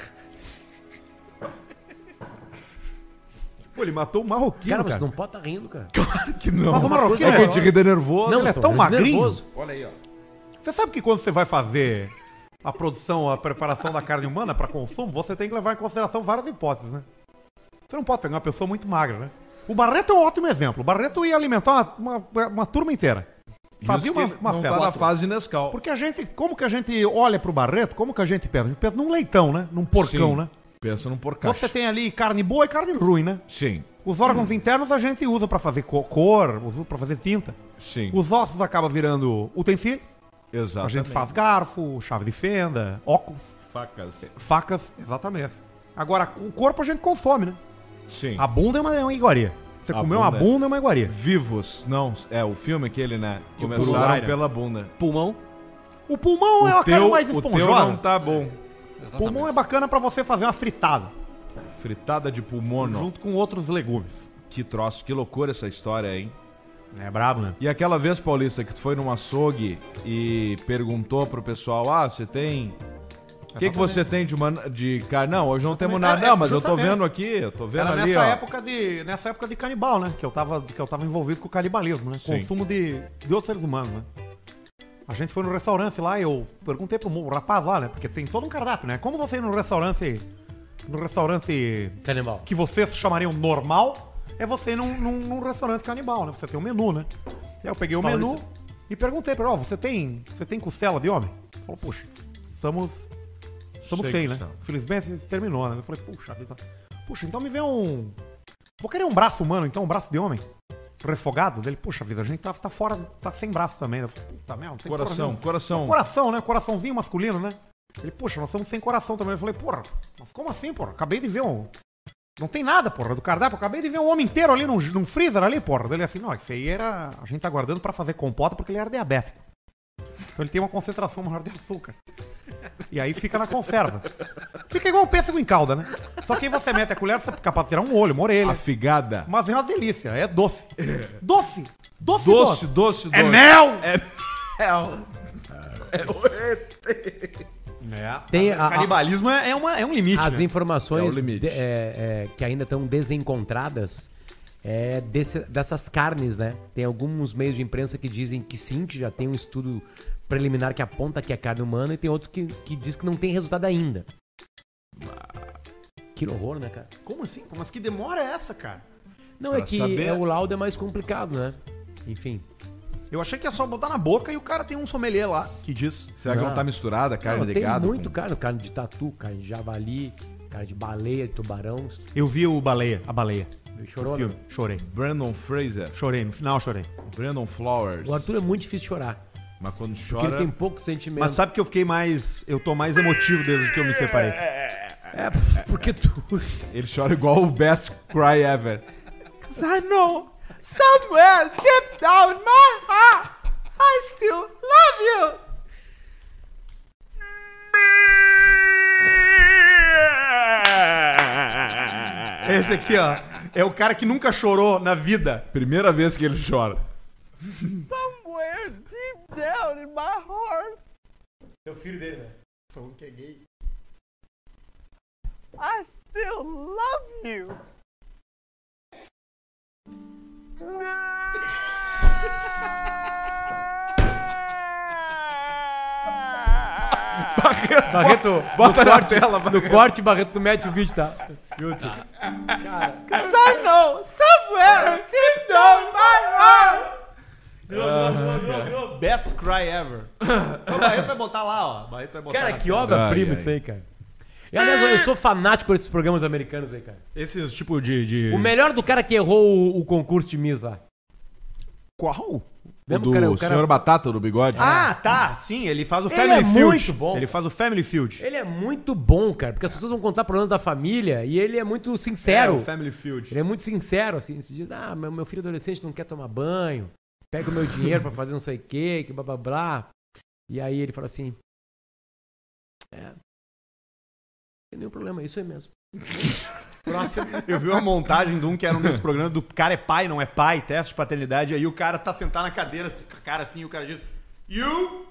Speaker 1: Pô, ele matou o marroquino,
Speaker 3: Cara,
Speaker 1: cara.
Speaker 3: você não pode tá rindo, cara.
Speaker 2: Que não.
Speaker 1: Mas o marroquino
Speaker 2: é que
Speaker 1: é-
Speaker 2: eu te ri de nervoso.
Speaker 1: Não, ele é
Speaker 3: tô
Speaker 1: tão
Speaker 3: nervoso.
Speaker 1: magrinho.
Speaker 2: Olha aí, ó.
Speaker 1: Você sabe que quando você vai fazer
Speaker 5: a produção, a preparação da carne humana para consumo, você tem que levar em consideração várias hipóteses, né? Você não pode pegar uma pessoa muito magra, né? O Barreto é um ótimo exemplo. O Barreto ia alimentar uma, uma, uma turma inteira. Fazia uma, uma
Speaker 2: não
Speaker 5: célula.
Speaker 2: tá na fase Nescau.
Speaker 5: Porque a gente, como que a gente olha pro Barreto, como que a gente pensa? A gente pensa num leitão, né? Num porcão,
Speaker 2: Sim.
Speaker 5: né?
Speaker 2: Pensa num porcacho.
Speaker 5: Você tem ali carne boa e carne ruim, né?
Speaker 2: Sim,
Speaker 5: Os
Speaker 2: Hum.
Speaker 5: órgãos internos a gente usa pra fazer co- cor, usa pra fazer tinta.
Speaker 2: sim.
Speaker 5: Os ossos acabam virando utensílios. A
Speaker 2: Exatamente.
Speaker 5: gente faz garfo, chave de fenda, óculos,
Speaker 2: facas.
Speaker 5: facas, exatamente. Agora, o corpo a gente consome, né?
Speaker 2: Sim.
Speaker 5: A bunda é uma, é uma iguaria. Você
Speaker 2: A
Speaker 5: comeu uma
Speaker 2: bunda é.
Speaker 5: bunda é uma iguaria.
Speaker 2: Vivos, não, é o filme aquele, né?
Speaker 5: Uruguai,
Speaker 2: Começaram
Speaker 5: né?
Speaker 2: pela bunda.
Speaker 1: Pulmão.
Speaker 5: O pulmão é uma carne mais
Speaker 2: o teu não
Speaker 5: esponjosa.
Speaker 2: tá bom.
Speaker 5: O pulmão é bacana pra você fazer uma fritada,
Speaker 2: Fritada de pulmono.
Speaker 5: junto com outros legumes.
Speaker 2: Que troço, que loucura essa história, hein?
Speaker 5: É brabo, né?
Speaker 2: E aquela vez, Paulista, que tu foi num açougue e perguntou pro pessoal: Ah, você tem. O que, que você tem de, man... de carne? Não, hoje não temos nada.
Speaker 5: É,
Speaker 2: Não, mas eu tô
Speaker 5: justamente.
Speaker 2: vendo aqui, eu tô vendo
Speaker 5: Era
Speaker 2: ali,
Speaker 5: nessa
Speaker 2: ó.
Speaker 5: época, de, nessa época de canibal, né? Que eu tava, que eu tava envolvido com o canibalismo, né?
Speaker 2: Sim.
Speaker 5: Consumo de, de outros seres humanos, né? A gente foi no restaurante lá e eu perguntei pro mo- rapaz lá, né? Porque tem todo um cardápio, né? Como você ir no restaurante. No restaurante
Speaker 3: Canibal.
Speaker 5: que vocês chamariam normal é você ir num, num, num restaurante canibal, né? Você tem um menu, né? E aí eu peguei o
Speaker 3: Maurício.
Speaker 5: menu e perguntei pra ele, ó, você tem, você tem costela de homem? Ele falou, puxa, estamos, estamos
Speaker 2: Sem
Speaker 5: sem, né?
Speaker 2: costela.
Speaker 5: Felizmente terminou, né? Eu falei, puxa, vida. puxa, então me vê um... Vou querer um braço humano, então, um braço de homem. Refogado dele, puxa vida, a gente tá, tá fora, tá sem braço também. né? Eu falei, puta merda, não tem porra
Speaker 2: Coração,
Speaker 5: nenhuma.
Speaker 2: coração.
Speaker 5: Coração, né? Coraçãozinho masculino, né? Ele, poxa, nós estamos sem coração também. Eu falei, porra, mas como assim, porra? Acabei de ver um. Não tem nada, porra, do cardápio. Acabei de ver um homem inteiro ali num, num freezer ali, porra. Daí Ele assim, não, isso aí era. A gente tá guardando pra fazer compota porque ele era diabético. Então ele tem uma concentração maior de açúcar. E aí fica na conserva. Fica igual um pêssego em calda, né? Só que aí você mete a colher, você é capaz de tirar um olho, uma orelha.
Speaker 2: Afigada.
Speaker 5: Mas é uma delícia, é doce. Doce! Doce, doce!
Speaker 2: Doce, doce, doce.
Speaker 5: É mel!
Speaker 3: Tem a- a-
Speaker 5: Canibalismo é, é uma, é um limite.
Speaker 3: As
Speaker 5: né?
Speaker 3: informações
Speaker 2: É o limite.
Speaker 3: de- é, é, que ainda estão desencontradas é desse- dessas carnes, né? Tem alguns meios de imprensa que dizem que sim, que já tem um estudo preliminar que aponta que é carne humana e tem outros que, que diz que não tem resultado ainda. Ah, Que horror, né, cara?
Speaker 1: Como assim? Mas que demora é essa, cara?
Speaker 3: Não, é
Speaker 2: Pra
Speaker 3: que
Speaker 2: saber-
Speaker 3: é, o laudo é mais complicado, né? Enfim.
Speaker 1: Eu achei que é só botar na boca e o cara tem um sommelier lá que diz.
Speaker 2: Será que não
Speaker 3: Não.
Speaker 2: tá misturada a carne
Speaker 3: Não,
Speaker 2: de
Speaker 3: tem
Speaker 2: gado?
Speaker 3: muito
Speaker 2: com-
Speaker 3: carne, carne de tatu, carne de javali, carne de baleia, de tubarão.
Speaker 5: Eu vi o Baleia, a Baleia.
Speaker 3: Chorou, né?
Speaker 5: O filme. Chorei.
Speaker 2: Brandon Fraser,
Speaker 5: Chorei, no final eu chorei.
Speaker 2: Brandon Flowers.
Speaker 3: O Arthur é muito difícil chorar.
Speaker 2: Mas quando
Speaker 3: Porque ele
Speaker 2: chora.
Speaker 3: tem pouco sentimento.
Speaker 1: Mas tu sabe que eu fiquei mais. Eu tô mais emotivo desde que eu me separei.
Speaker 2: é,
Speaker 3: <laughs> Porque tu.
Speaker 2: Ele chora igual o best cry ever.
Speaker 1: Esse aqui, ó, é o cara que nunca chorou na vida.
Speaker 2: Primeira vez que ele chora. É né?
Speaker 3: Barreto,
Speaker 2: Bota na tela,
Speaker 3: no corte, Barreto, tu mete o vídeo, tá?
Speaker 1: Best cry <laughs> ever. O Barreto Então, vai botar lá, ó. O Barreto vai botar
Speaker 3: Cara,
Speaker 1: na
Speaker 3: que
Speaker 1: tela.
Speaker 2: Ai,
Speaker 3: obra-prima
Speaker 2: ai.
Speaker 3: isso aí, cara. E, aliás, eu- eu sou fanático por esses programas americanos aí, cara.
Speaker 1: Esses tipo de. de...
Speaker 3: O melhor do cara que errou o, o concurso de Miss lá.
Speaker 1: Qual?
Speaker 2: O
Speaker 3: Lembra
Speaker 2: do
Speaker 3: o cara- o cara-
Speaker 2: senhor Batata do bigode?
Speaker 1: Ah, tá. Sim, ele faz o
Speaker 3: Ele
Speaker 1: Family
Speaker 3: é
Speaker 1: Field.
Speaker 3: muito bom.
Speaker 1: Ele faz o Family Field.
Speaker 3: Ele é muito bom, cara, porque as pessoas vão contar problemas da família e ele é muito
Speaker 1: É, o
Speaker 3: sincero.
Speaker 1: Family Field.
Speaker 3: Ele é muito sincero, assim. Se diz, ah, meu, meu filho adolescente não quer tomar banho, pega o meu dinheiro pra fazer não sei o quê, que blá blá blá. E aí ele fala assim: É. Não tem nenhum problema, é isso aí mesmo.
Speaker 1: Eu vi uma montagem de um que era
Speaker 3: <laughs>
Speaker 1: um desses programas do cara é pai, não é pai, teste de paternidade. Aí o cara tá sentado na cadeira, assim, com a cara assim, e o cara diz: You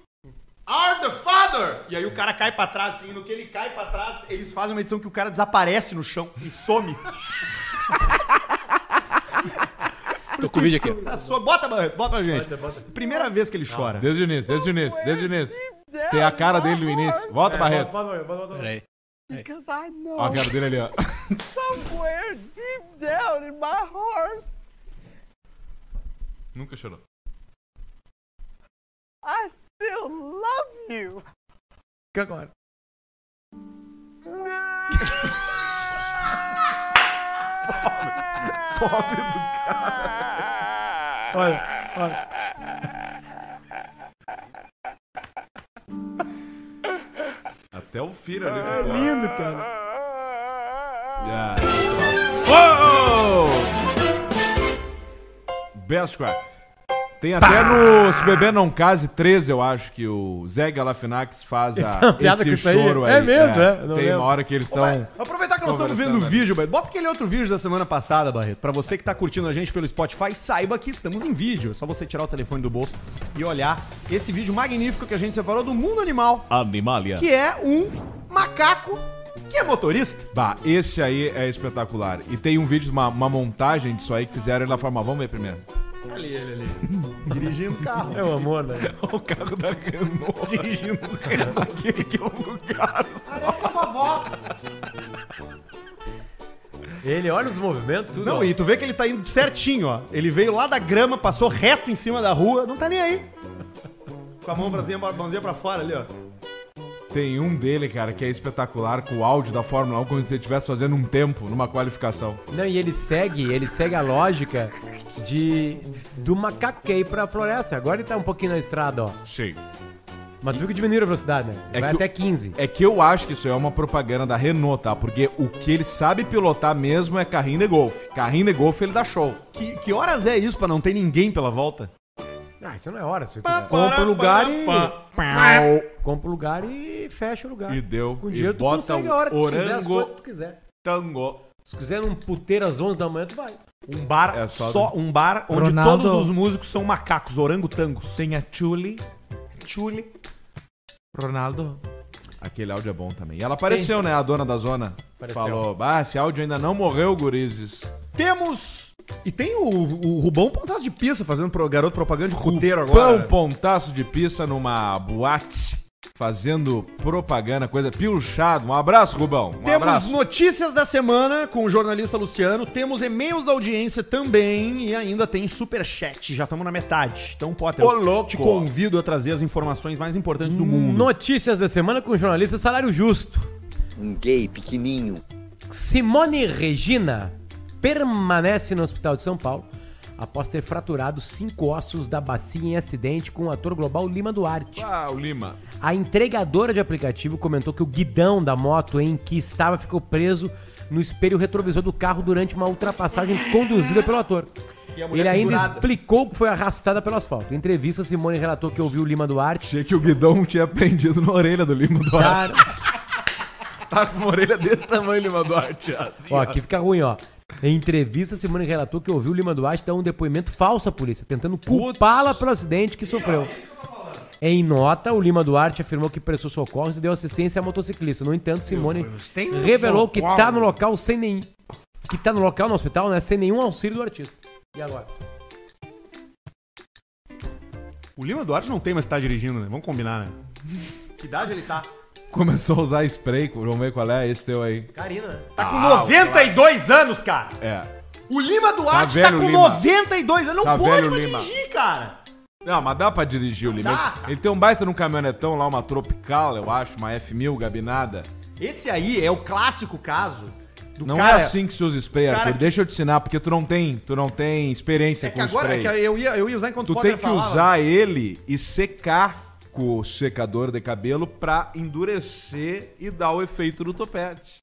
Speaker 1: are the father! E aí o cara cai pra trás, assim, no que ele cai pra trás, eles fazem uma edição que o cara desaparece no chão e
Speaker 5: <laughs>
Speaker 1: some.
Speaker 6: Tô com o vídeo aqui.
Speaker 1: Só bota, Barreto, bota pra gente. Primeira vez que ele chora.
Speaker 2: Desde o início, desde o início, desde o início. Tem a cara dele no início. Volta,
Speaker 6: É,
Speaker 2: Barreto.
Speaker 7: Peraí.
Speaker 8: Because I know
Speaker 2: Ó a cara dele ali, ó.
Speaker 8: somewhere deep down in my heart,
Speaker 2: Nunca chorou.
Speaker 8: I still love you.
Speaker 3: Agora. Olha, olha.
Speaker 2: Até o Fira ali. É lindo, cara. Oh! Best Crack. Tem até no Se Beber Não Case 13, eu acho, que o Zé Galafinax faz a,
Speaker 3: Então, piada
Speaker 2: esse
Speaker 3: com isso aí.
Speaker 2: choro aí.
Speaker 3: É mesmo, é? Não
Speaker 2: Tem
Speaker 3: lembro.
Speaker 2: uma hora que eles estão...
Speaker 5: Aproveitar que nós estamos vendo o
Speaker 2: Conversando,
Speaker 5: vídeo, Barreto. Bota aquele outro vídeo da semana passada, Barreto. Pra você que tá curtindo a gente pelo Spotify, saiba que estamos em vídeo. É só você tirar o telefone do bolso e olhar esse vídeo magnífico que a gente separou do mundo animal,
Speaker 2: Animalia.
Speaker 5: que é um macaco que é motorista.
Speaker 2: Bah, esse aí é espetacular. E tem um vídeo, uma, uma montagem disso aí que fizeram ele na forma. Vamos ver primeiro.
Speaker 5: Ali, ele ali. Dirigindo o carro.
Speaker 3: É o amor, né?
Speaker 2: o carro da Renault.
Speaker 5: Dirigindo o carro.
Speaker 2: Aquele que é o lugar.
Speaker 5: Parece a vovó.
Speaker 3: Ele olha os movimentos, tudo.
Speaker 5: Não, e tu vê que ele tá indo certinho, ó. Ele veio lá da grama, passou reto em cima da rua, não tá nem aí. Com a mão brasinha, a mãozinha pra fora ali, ó.
Speaker 2: Tem um dele, cara, que é espetacular com o áudio da Fórmula 1 como se ele estivesse fazendo um tempo numa qualificação.
Speaker 3: Não, e ele segue, ele segue a lógica de do macaco que é ir pra floresta. Agora ele tá um pouquinho na estrada, ó.
Speaker 2: Cheio.
Speaker 3: Mas tu viu que diminuiu a velocidade, né?
Speaker 2: É
Speaker 3: Vai
Speaker 2: que
Speaker 3: até
Speaker 2: o-
Speaker 3: 15.
Speaker 2: É que eu acho que isso aí é uma propaganda da Renault, tá? Porque o que ele sabe pilotar mesmo é carrinho de golfe. Carrinho de golfe ele dá show.
Speaker 5: Que, que horas é isso pra não ter ninguém pela volta?
Speaker 3: Ah, isso não é hora, isso
Speaker 2: Tá
Speaker 3: Compra o lugar e. Compra o lugar e fecha o lugar.
Speaker 2: E deu.
Speaker 3: Com
Speaker 2: E
Speaker 3: dinheiro tu
Speaker 2: bota
Speaker 3: consegue
Speaker 2: um
Speaker 3: a hora que tu quiser, as
Speaker 2: orango.
Speaker 3: coisas que tu quiser.
Speaker 2: Tango.
Speaker 3: Se quiser num puteiro às 11 da manhã, tu vai.
Speaker 5: Um bar,
Speaker 2: É
Speaker 5: só,
Speaker 2: só-
Speaker 5: um bar onde
Speaker 3: Ronaldo.
Speaker 5: todos os músicos são macacos, orangotangos.
Speaker 2: Tem a Chuli.
Speaker 5: Chule.
Speaker 2: Ronaldo. Aquele áudio é bom também. E ela apareceu, né? A dona da zona. Falou, ah, esse áudio ainda não morreu, gurizes.
Speaker 5: Temos. E tem o, o Rubão Pontaço de Pista fazendo pro garoto propaganda de roteiro
Speaker 2: Pão
Speaker 5: agora.
Speaker 2: um pontaço de pizza numa boate, fazendo propaganda, coisa pilchada. Um abraço, Rubão. Um
Speaker 5: Temos
Speaker 2: abraço.
Speaker 5: notícias da semana com o jornalista Luciano, temos e-mails da audiência também e ainda tem superchat, já estamos na metade. Então, Potter,
Speaker 2: Ô,
Speaker 5: eu
Speaker 2: louco.
Speaker 5: te convido a trazer as informações mais importantes
Speaker 3: Hum.
Speaker 5: do mundo.
Speaker 3: Notícias da semana com o jornalista Salário Justo.
Speaker 9: Um gay pequenininho.
Speaker 3: Simone Regina permanece no Hospital de São Paulo após ter fraturado cinco ossos da bacia em acidente com o ator global Lima Duarte.
Speaker 2: Ah, o Lima.
Speaker 3: A entregadora de aplicativo comentou que o guidão da moto em que estava ficou preso no espelho retrovisor do carro durante uma ultrapassagem conduzida pelo ator.
Speaker 5: E a mulher
Speaker 3: Ele ainda
Speaker 5: pendurada.
Speaker 3: explicou que foi arrastada pelo asfalto. Em entrevista, Simone relatou que ouviu Lima Duarte.
Speaker 2: Achei que o Guidão tinha prendido na orelha do Lima Duarte.
Speaker 3: dar-
Speaker 2: <laughs> Tá com uma orelha desse tamanho, Lima Duarte. Assim,
Speaker 3: Ó, aqui fica ruim, ó. Em entrevista, Simone relatou que ouviu Lima Duarte dar um depoimento falso à polícia, tentando culpá-la pelo acidente que sofreu. Em nota, o Lima Duarte afirmou que prestou socorros e deu assistência à motociclista. No entanto, Simone
Speaker 2: um
Speaker 3: revelou que tá no local sem nem que tá no local no hospital, né, sem nenhum auxílio do artista. E agora?
Speaker 5: O Lima Duarte não tem mais que estar dirigindo, né? Vamos combinar, né? Que idade ele tá?
Speaker 2: Começou a usar spray, vamos ver qual é esse teu aí.
Speaker 3: Karina.
Speaker 5: Tá
Speaker 2: Ah,
Speaker 5: com 92 anos, cara!
Speaker 2: É.
Speaker 5: O Lima Duarte tá,
Speaker 2: velho
Speaker 5: com
Speaker 2: o Lima.
Speaker 5: 92 anos, não
Speaker 2: Tá
Speaker 5: pode
Speaker 2: velho o
Speaker 5: mais
Speaker 2: Lima.
Speaker 5: dirigir, cara!
Speaker 2: Não, mas dá pra dirigir o Lima.
Speaker 5: Dá.
Speaker 2: Ele, ele tem um baita num caminhonetão lá, uma Tropical, eu acho, uma F1000 gabinada.
Speaker 5: Esse aí é o clássico caso do
Speaker 2: Não
Speaker 5: cara...
Speaker 2: é assim que se usa spray,
Speaker 5: cara
Speaker 2: Arthur.
Speaker 5: que-
Speaker 2: Deixa eu te ensinar, porque tu não tem, tu não tem experiência
Speaker 5: É que
Speaker 2: com
Speaker 5: agora
Speaker 2: spray.
Speaker 5: é que eu ia, eu ia usar enquanto
Speaker 2: Tu
Speaker 5: Potter né?
Speaker 2: tem que
Speaker 5: falava.
Speaker 2: usar ele e secar com o secador de cabelo pra endurecer e dar o efeito do topete.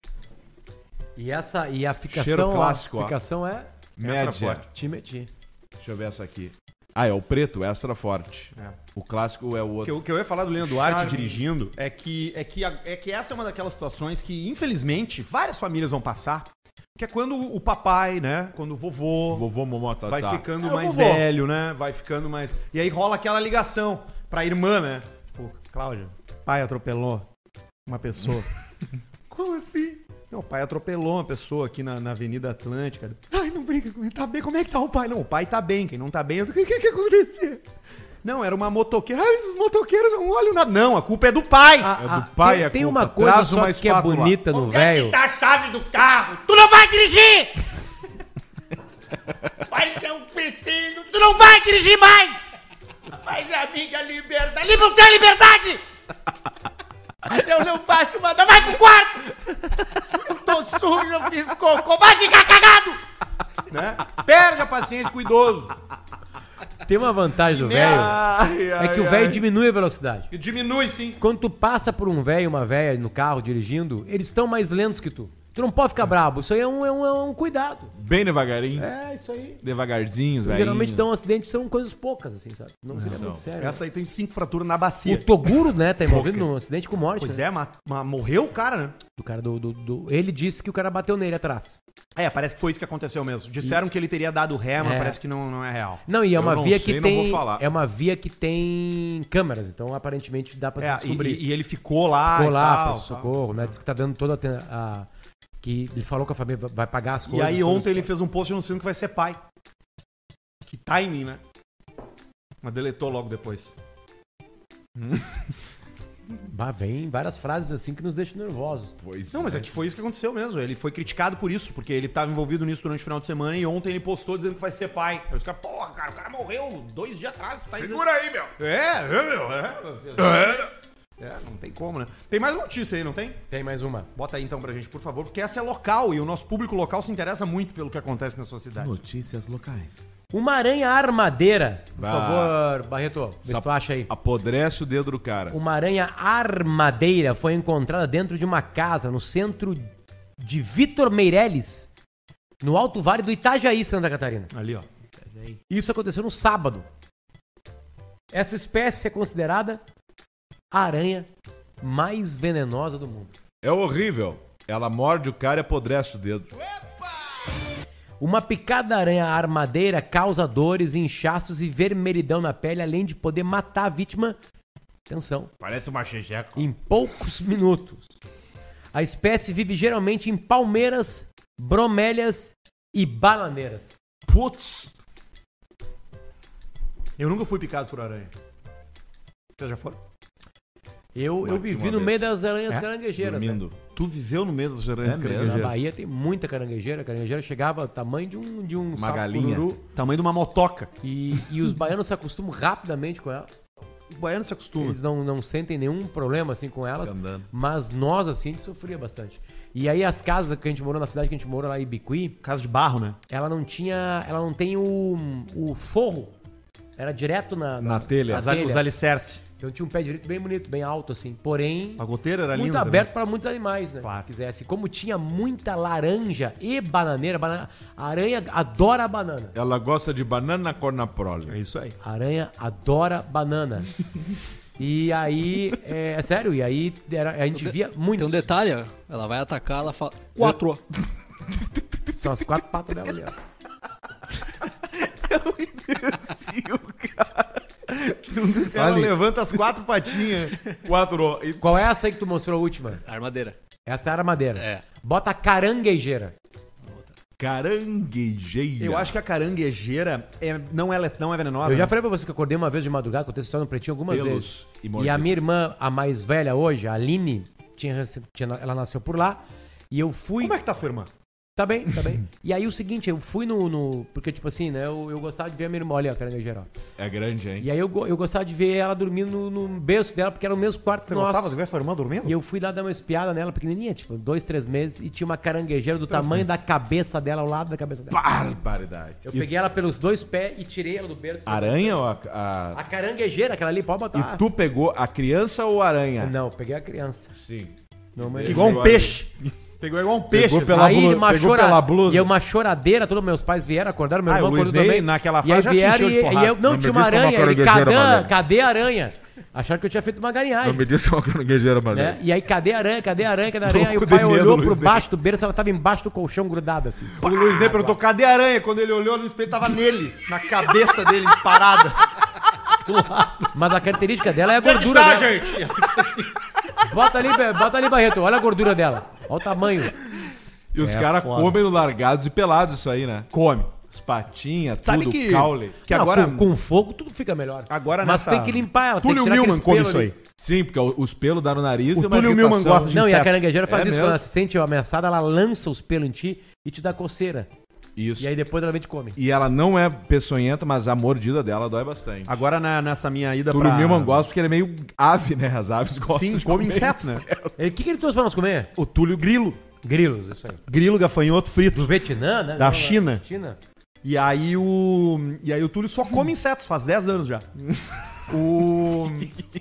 Speaker 3: E essa e a
Speaker 2: Cheiro
Speaker 3: ficação,
Speaker 2: clássico, ó.
Speaker 3: a ficação é
Speaker 2: Média.
Speaker 3: te meti.
Speaker 2: Deixa eu ver essa aqui. Ah, é o preto, extra forte. O clássico é o
Speaker 5: O que,
Speaker 2: outro.
Speaker 5: eu, o que eu ia falar do Leandro Duarte dirigindo é que, é, que a- é que essa é uma daquelas situações que, infelizmente, várias famílias vão passar. Que é quando o papai, né? Quando o vovô,
Speaker 2: Vovô
Speaker 1: Ah,
Speaker 2: Momota
Speaker 5: vai
Speaker 2: tá.
Speaker 5: ficando
Speaker 3: É, o
Speaker 5: mais
Speaker 3: vovô.
Speaker 5: velho, né? Vai ficando mais. E aí rola aquela ligação pra irmã, né? Tipo, Cláudia, pai atropelou uma
Speaker 1: <laughs>
Speaker 5: pessoa. Como assim? Meu pai atropelou uma pessoa aqui na, na Avenida Atlântica. <laughs> Ai, não brinca comigo. Tá bem? Como é que tá o pai? Não, o pai tá bem. Quem não tá bem, eu... o que, que, que aconteceu? Não, era uma motoqueira. Ah, esses motoqueiros não olham nada. Não, a culpa é do pai.
Speaker 2: do pai
Speaker 3: Ah, tem,
Speaker 2: a
Speaker 3: tem
Speaker 2: culpa.
Speaker 3: uma coisa
Speaker 2: Traz
Speaker 3: só
Speaker 2: uma
Speaker 3: que é
Speaker 2: espátula.
Speaker 3: bonita no velho.
Speaker 1: Dá tá a chave do carro. Tu não vai dirigir! Mas eu preciso. Tu não vai dirigir mais! Mas a minha liberdade. Ele não tem liberdade! Mas eu não faço nada. Vai pro quarto! Eu tô sujo, eu fiz cocô. Vai ficar cagado!
Speaker 5: Perde a paciência com o idoso.
Speaker 2: tá
Speaker 3: Tem uma vantagem do velho. É que o velho diminui a velocidade.
Speaker 5: Diminui, sim.
Speaker 3: Quando tu passa por um velho e uma velha no carro dirigindo, eles estão mais lentos que tu. Tu não pode ficar brabo. Isso aí é um, é um, é um cuidado.
Speaker 2: Bem devagarinho.
Speaker 3: É, isso aí.
Speaker 2: Devagarzinhos, velho.
Speaker 3: Geralmente dão acidentes, são coisas poucas, assim, sabe? Não seria muito sério.
Speaker 5: Essa aí tem cinco fraturas na
Speaker 3: O
Speaker 5: bacia.
Speaker 3: Toguro, né, tá envolvido num acidente com morte.
Speaker 5: Pois
Speaker 3: né?
Speaker 5: é, mas, mas morreu o cara, né?
Speaker 3: Do cara do, do- do- Ele disse que o cara bateu nele atrás.
Speaker 5: É, parece que foi isso que aconteceu mesmo. Disseram que ele teria dado ré, mas
Speaker 3: É.
Speaker 5: parece que não, não é real.
Speaker 3: Não, e é
Speaker 2: Eu
Speaker 3: uma
Speaker 2: não
Speaker 3: via
Speaker 2: sei,
Speaker 3: que
Speaker 2: não vou
Speaker 3: tem.
Speaker 2: falar.
Speaker 3: É uma via que tem câmeras, então aparentemente dá pra
Speaker 5: É,
Speaker 3: se descobrir.
Speaker 5: e, e ele ficou lá
Speaker 3: Ficou
Speaker 5: e
Speaker 3: lá,
Speaker 5: tal,
Speaker 3: pediu socorro, né? Diz que tá dando toda a ten- a. que ele falou que a família vai pagar as
Speaker 5: E
Speaker 3: coisas.
Speaker 5: aí
Speaker 3: todas
Speaker 5: ontem ele
Speaker 3: as
Speaker 5: fez um post anunciando que vai ser pai. Que timing, né? Mas deletou logo depois.
Speaker 3: coisas. Bah, vem várias frases assim que nos deixam nervosos.
Speaker 2: Pois
Speaker 5: Não, mas é que foi isso que aconteceu mesmo. Ele foi criticado por isso, porque ele tava envolvido nisso durante o final de semana e ontem ele postou dizendo que vai ser pai. Aí os caras, porra, cara, o cara morreu dois dias atrás. tu Tá Segura aí, meu. É, é, meu. É, é. é, não tem como, né? Tem mais notícia aí, não tem?
Speaker 3: Tem mais uma.
Speaker 5: Bota aí então pra gente, por favor, porque essa é local e o nosso público local se interessa muito pelo que acontece na sua cidade.
Speaker 2: Notícias locais.
Speaker 3: Uma aranha armadeira. Por
Speaker 2: Bah.
Speaker 3: favor, Barreto, vê se
Speaker 2: Sap-
Speaker 3: tu acha aí.
Speaker 2: Apodrece o dedo do cara.
Speaker 3: Uma aranha armadeira foi encontrada dentro de uma casa no centro de Vitor Meireles, no Alto Vale do Itajaí, Santa Catarina.
Speaker 5: Ali, ó.
Speaker 3: Isso aconteceu no sábado. Essa espécie é considerada a aranha mais venenosa do mundo.
Speaker 2: É horrível. Ela morde o cara e apodrece o dedo.
Speaker 3: Uma picada aranha armadeira causa dores, inchaços e vermelhidão na pele, além de poder matar a vítima. Atenção.
Speaker 1: Parece uma xejeca.
Speaker 3: em poucos minutos. A espécie vive geralmente em palmeiras, bromélias e bananeiras.
Speaker 5: Putz! Eu nunca fui picado por aranha. Vocês já foram?
Speaker 3: Eu, eu
Speaker 2: Marque
Speaker 3: vivi
Speaker 2: uma
Speaker 3: no
Speaker 2: vez.
Speaker 3: meio das aranhas
Speaker 5: É?
Speaker 3: caranguejeiras. né?
Speaker 2: Dormindo.
Speaker 5: Tu viveu no meio das aranhas
Speaker 2: É
Speaker 3: Na
Speaker 2: mesmo?
Speaker 5: caranguejeiras.
Speaker 3: Bahia tem muita caranguejeira. A caranguejeira chegava ao tamanho de um, de um
Speaker 2: Uma galinha.
Speaker 5: Tá, Tamanho de uma motoca.
Speaker 3: E, e os baianos se acostumam rapidamente com ela.
Speaker 5: O baiano se acostuma.
Speaker 3: Eles não, não sentem nenhum problema assim com elas.
Speaker 2: Andando.
Speaker 3: Mas nós, assim, a gente sofria bastante. E aí as casas que a gente morou, na cidade que a gente morou lá em Ibiqui,
Speaker 5: Casa de barro, né?
Speaker 3: ela não tinha. Ela não tem o, o forro. Era direto na,
Speaker 2: Na telha.
Speaker 5: As, os alicerces.
Speaker 3: Então tinha um pé direito bem bonito, bem alto, assim. Porém,
Speaker 5: A goteira era
Speaker 3: muito
Speaker 5: linda. né?
Speaker 3: aberto para muitos animais, né?
Speaker 5: Claro.
Speaker 3: Se quisesse. Como tinha muita laranja e bananeira, banana- a aranha adora a banana.
Speaker 2: Ela gosta de banana cornaprole.
Speaker 5: É isso aí.
Speaker 3: A aranha adora
Speaker 5: <laughs>
Speaker 3: banana. e aí. É, é sério, e aí era- a gente via muito.
Speaker 10: Tem um detalhe, ó. ela vai atacar, ela fala. Quatro. ó.
Speaker 3: São as quatro patas dela ali, ó.
Speaker 5: Ela
Speaker 2: Ali.
Speaker 5: levanta as quatro patinhas.
Speaker 2: <laughs> Quatro. E...
Speaker 3: Qual é essa aí que tu mostrou a última?
Speaker 10: Armadeira.
Speaker 3: Essa era a madeira.
Speaker 10: É.
Speaker 3: Bota a caranguejeira.
Speaker 2: Caranguejeira.
Speaker 5: Eu acho que a caranguejeira é- não, é, le- não é venenosa.
Speaker 3: Eu já
Speaker 5: né?
Speaker 3: falei pra você que eu acordei uma vez de madrugada, contei essa história no pretinho algumas
Speaker 2: Pelos
Speaker 3: vezes.
Speaker 2: e
Speaker 3: E,
Speaker 2: mordidas.
Speaker 3: a minha irmã, a mais velha hoje, a Aline, tinha, rece- tinha- ela nasceu por lá. E eu fui.
Speaker 5: Como é que tá a sua irmã?
Speaker 3: Tá bem, tá bem. <laughs> e aí o seguinte, eu fui no. no- porque, tipo assim, né? Eu, eu gostava de ver a minha irmã, olha, a caranguejeira. ó.
Speaker 2: É grande, hein?
Speaker 3: E aí eu, go- eu gostava de ver ela dormindo no, no berço dela, porque era o mesmo quarto que
Speaker 5: Você
Speaker 3: nosso.
Speaker 5: gostava de ver a sua irmã dormindo?
Speaker 3: E eu fui lá dar uma espiada nela, pequenininha, tipo, dois, três meses, e tinha uma caranguejeira do tamanho da cabeça dela, ao lado da cabeça dela.
Speaker 2: Barbaridade.
Speaker 3: Eu
Speaker 2: E
Speaker 3: peguei ela pelos dois pés e tirei ela do berço.
Speaker 2: Aranha ou a... a-
Speaker 3: A caranguejeira, aquela ali, pode botar.
Speaker 1: Tá.
Speaker 2: E tu pegou a criança ou a
Speaker 1: É.
Speaker 2: aranha?
Speaker 3: Não, eu peguei a criança.
Speaker 2: Sim.
Speaker 3: Não, mas...
Speaker 5: Igual um peixe. Pegou igual um peixe.
Speaker 2: Pegou
Speaker 5: assim.
Speaker 2: pela
Speaker 3: aí
Speaker 2: blu-
Speaker 3: uma
Speaker 2: pegou
Speaker 3: chora-
Speaker 2: pela blusa.
Speaker 3: E eu, uma choradeira, todos meus pais vieram, acordaram, meu
Speaker 5: Ah,
Speaker 3: irmão
Speaker 5: o
Speaker 3: acordou
Speaker 5: Wesley,
Speaker 3: também.
Speaker 5: naquela
Speaker 3: e
Speaker 5: fase,
Speaker 3: aí
Speaker 5: já te
Speaker 3: vieram
Speaker 5: encheu de
Speaker 3: e, e
Speaker 5: porrada.
Speaker 3: eu, não,
Speaker 11: me
Speaker 3: tinha uma
Speaker 11: diz que é uma
Speaker 3: aranha. Ele,
Speaker 11: caranguejeira,
Speaker 3: cadê,
Speaker 11: Valério?
Speaker 3: cadê a aranha? Acharam que eu tinha feito uma
Speaker 11: Não
Speaker 3: galinhagem.
Speaker 11: me disse uma caranguejeira, mano.
Speaker 3: né? E aí, cadê a aranha, cadê a aranha, cadê a aranha? Aí o
Speaker 2: Louco de
Speaker 3: pai
Speaker 2: medo,
Speaker 3: olhou
Speaker 2: Luiz
Speaker 3: por
Speaker 2: Ney.
Speaker 3: baixo do berço, ela tava embaixo do colchão
Speaker 1: <laughs>
Speaker 3: grudada, assim.
Speaker 5: O Luiz Ney perguntou, cadê a aranha? Quando ele olhou no espelho, tava nele. Na cabeça dele,
Speaker 2: <laughs>
Speaker 5: parada.
Speaker 3: Mas a característica dela é a gordura
Speaker 2: Tá,
Speaker 3: dela.
Speaker 1: ah,
Speaker 3: Bota ali, Be- bota ali, Barreto, olha a gordura dela. Olha o tamanho.
Speaker 1: É
Speaker 2: E os caras comem no largados e pelados isso aí, né?
Speaker 5: Come.
Speaker 2: As patinhas,
Speaker 1: Sabe
Speaker 2: tudo,
Speaker 1: que-
Speaker 2: caule.
Speaker 1: que
Speaker 3: Não,
Speaker 1: agora-
Speaker 3: com, com fogo tudo fica melhor.
Speaker 1: Agora
Speaker 3: Mas
Speaker 1: nessa-
Speaker 3: tem que limpar ela,
Speaker 1: Túlio
Speaker 3: tem que tirar
Speaker 1: Milman
Speaker 3: aqueles
Speaker 1: come
Speaker 3: pelos
Speaker 1: isso
Speaker 3: ali.
Speaker 1: aí.
Speaker 2: Sim, porque o- os pelos dá no nariz
Speaker 1: O Túlio Milman gosta de
Speaker 3: Não, e a
Speaker 1: inseto.
Speaker 3: caranguejeira faz
Speaker 2: É
Speaker 3: isso.
Speaker 2: mesmo?
Speaker 3: Quando ela se sente ameaçada, ela lança os pelos em ti e te dá coceira.
Speaker 2: Isso.
Speaker 3: E aí depois ela vem e te come.
Speaker 2: E ela não é peçonhenta, mas a mordida dela dói bastante.
Speaker 1: Agora na- nessa minha ida
Speaker 2: Turo
Speaker 1: Ah, pra...
Speaker 2: Milman gosta porque ele é meio ave, né? As aves gostam
Speaker 1: Sim,
Speaker 2: de
Speaker 1: come
Speaker 2: comer
Speaker 1: inseto, né?
Speaker 3: E O que, que ele trouxe pra nós comer?
Speaker 1: O Túlio Grilo.
Speaker 3: Grilos, isso aí.
Speaker 1: Grilo, gafanhoto frito.
Speaker 3: Do Vietnã, né?
Speaker 1: Da
Speaker 3: Não,
Speaker 1: China.
Speaker 3: China.
Speaker 1: E aí o. E aí o Túlio só come insetos, faz 10 anos já. o,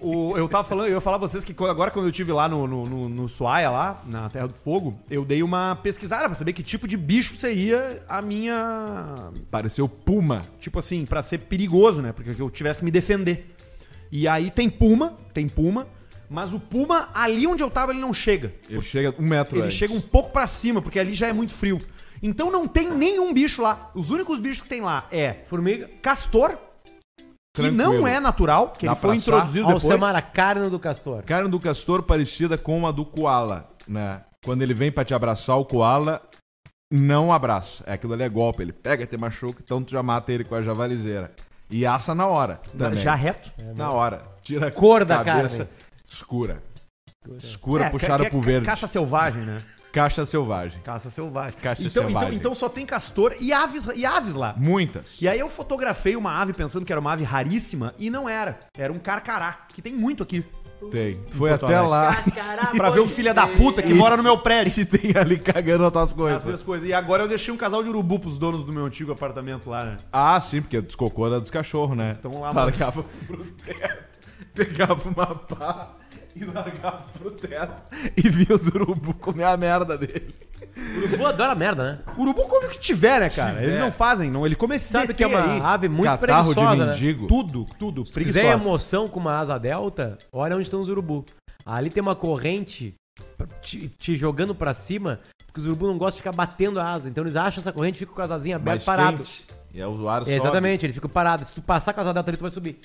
Speaker 1: o- eu tava falando, eu ia falar pra vocês que co- agora quando eu tive lá no, no, no, no Suaia, lá, na Terra do Fogo, eu dei uma pesquisada pra saber que tipo de bicho seria a minha.
Speaker 2: Pareceu puma.
Speaker 1: Tipo assim, pra ser perigoso, né? Porque eu tivesse que me defender. E aí tem puma, tem puma, mas o puma, ali onde eu tava, ele não chega.
Speaker 2: Ele chega um metro
Speaker 1: Ele
Speaker 2: antes.
Speaker 1: chega um pouco pra cima, porque ali já é muito frio. Então não tem nenhum bicho lá. Os únicos bichos que tem lá é
Speaker 3: Formiga.
Speaker 1: Castor, que
Speaker 2: Tranquilo.
Speaker 1: não é natural, que
Speaker 2: Dá
Speaker 1: ele foi
Speaker 2: pra
Speaker 1: introduzido
Speaker 2: assar?
Speaker 1: depois.
Speaker 3: Alcemar, a carne do castor.
Speaker 2: Carne do castor parecida com a do koala, né? Quando ele vem pra te abraçar, o koala não abraça. É aquilo ali é golpe. Ele pega, te machuca, então tu já mata ele com a javalizeira. E assa na hora. Também. É,
Speaker 1: Já reto.
Speaker 2: Na hora. Tira a
Speaker 3: Cor da
Speaker 2: cabeça
Speaker 3: carne.
Speaker 2: Escura. Escura,
Speaker 1: É,
Speaker 2: puxada
Speaker 1: ca-
Speaker 2: pro
Speaker 1: ca-
Speaker 2: verde.
Speaker 1: Caça selvagem, né?
Speaker 2: Caixa selvagem.
Speaker 1: Caça selvagem.
Speaker 2: Caça
Speaker 1: então,
Speaker 2: selvagem.
Speaker 1: Então, então só tem castor e aves, e aves lá.
Speaker 2: Muitas.
Speaker 1: E aí eu fotografei uma ave pensando que era uma ave raríssima e não era. Era um carcará, que tem muito aqui.
Speaker 2: Tem. Foi
Speaker 1: Porto
Speaker 2: até
Speaker 1: Alegre.
Speaker 2: lá
Speaker 1: <laughs> pra ver o filho da puta que mora no meu prédio.
Speaker 2: <laughs> e tem ali cagando as tuas
Speaker 1: As
Speaker 2: coisas.
Speaker 1: minhas coisas. E agora eu deixei um casal de urubu pros donos do meu antigo apartamento lá, né?
Speaker 2: Ah, sim, porque descocou da dos cachorros, né?
Speaker 1: estão lá,
Speaker 2: largava pro teto, pegava uma pá e largava pro teto e via os urubu comer a merda dele.
Speaker 3: Urubu adora merda, né?
Speaker 1: Urubu come o que tiver, né, cara? Eles não fazem, não. Ele come esse ZT
Speaker 3: Sabe que é uma
Speaker 1: aí.
Speaker 3: ave muito
Speaker 2: Catarro de
Speaker 3: preguiçosa, né?
Speaker 2: mendigo.
Speaker 1: Tudo, tudo.
Speaker 3: Se quiser
Speaker 1: Preguiçosa.
Speaker 3: emoção com uma asa delta, olha onde estão os urubu. Ali tem uma corrente pra- te, te jogando pra cima, porque os urubu não gostam de ficar batendo a asa. Então eles acham essa corrente e ficam com a asazinha aberta
Speaker 2: Mais
Speaker 3: parado.
Speaker 2: quente. E aí o ar
Speaker 3: É,
Speaker 2: sobe.
Speaker 3: exatamente, ele fica parado. Se tu passar com a asa delta ali, tu vai subir.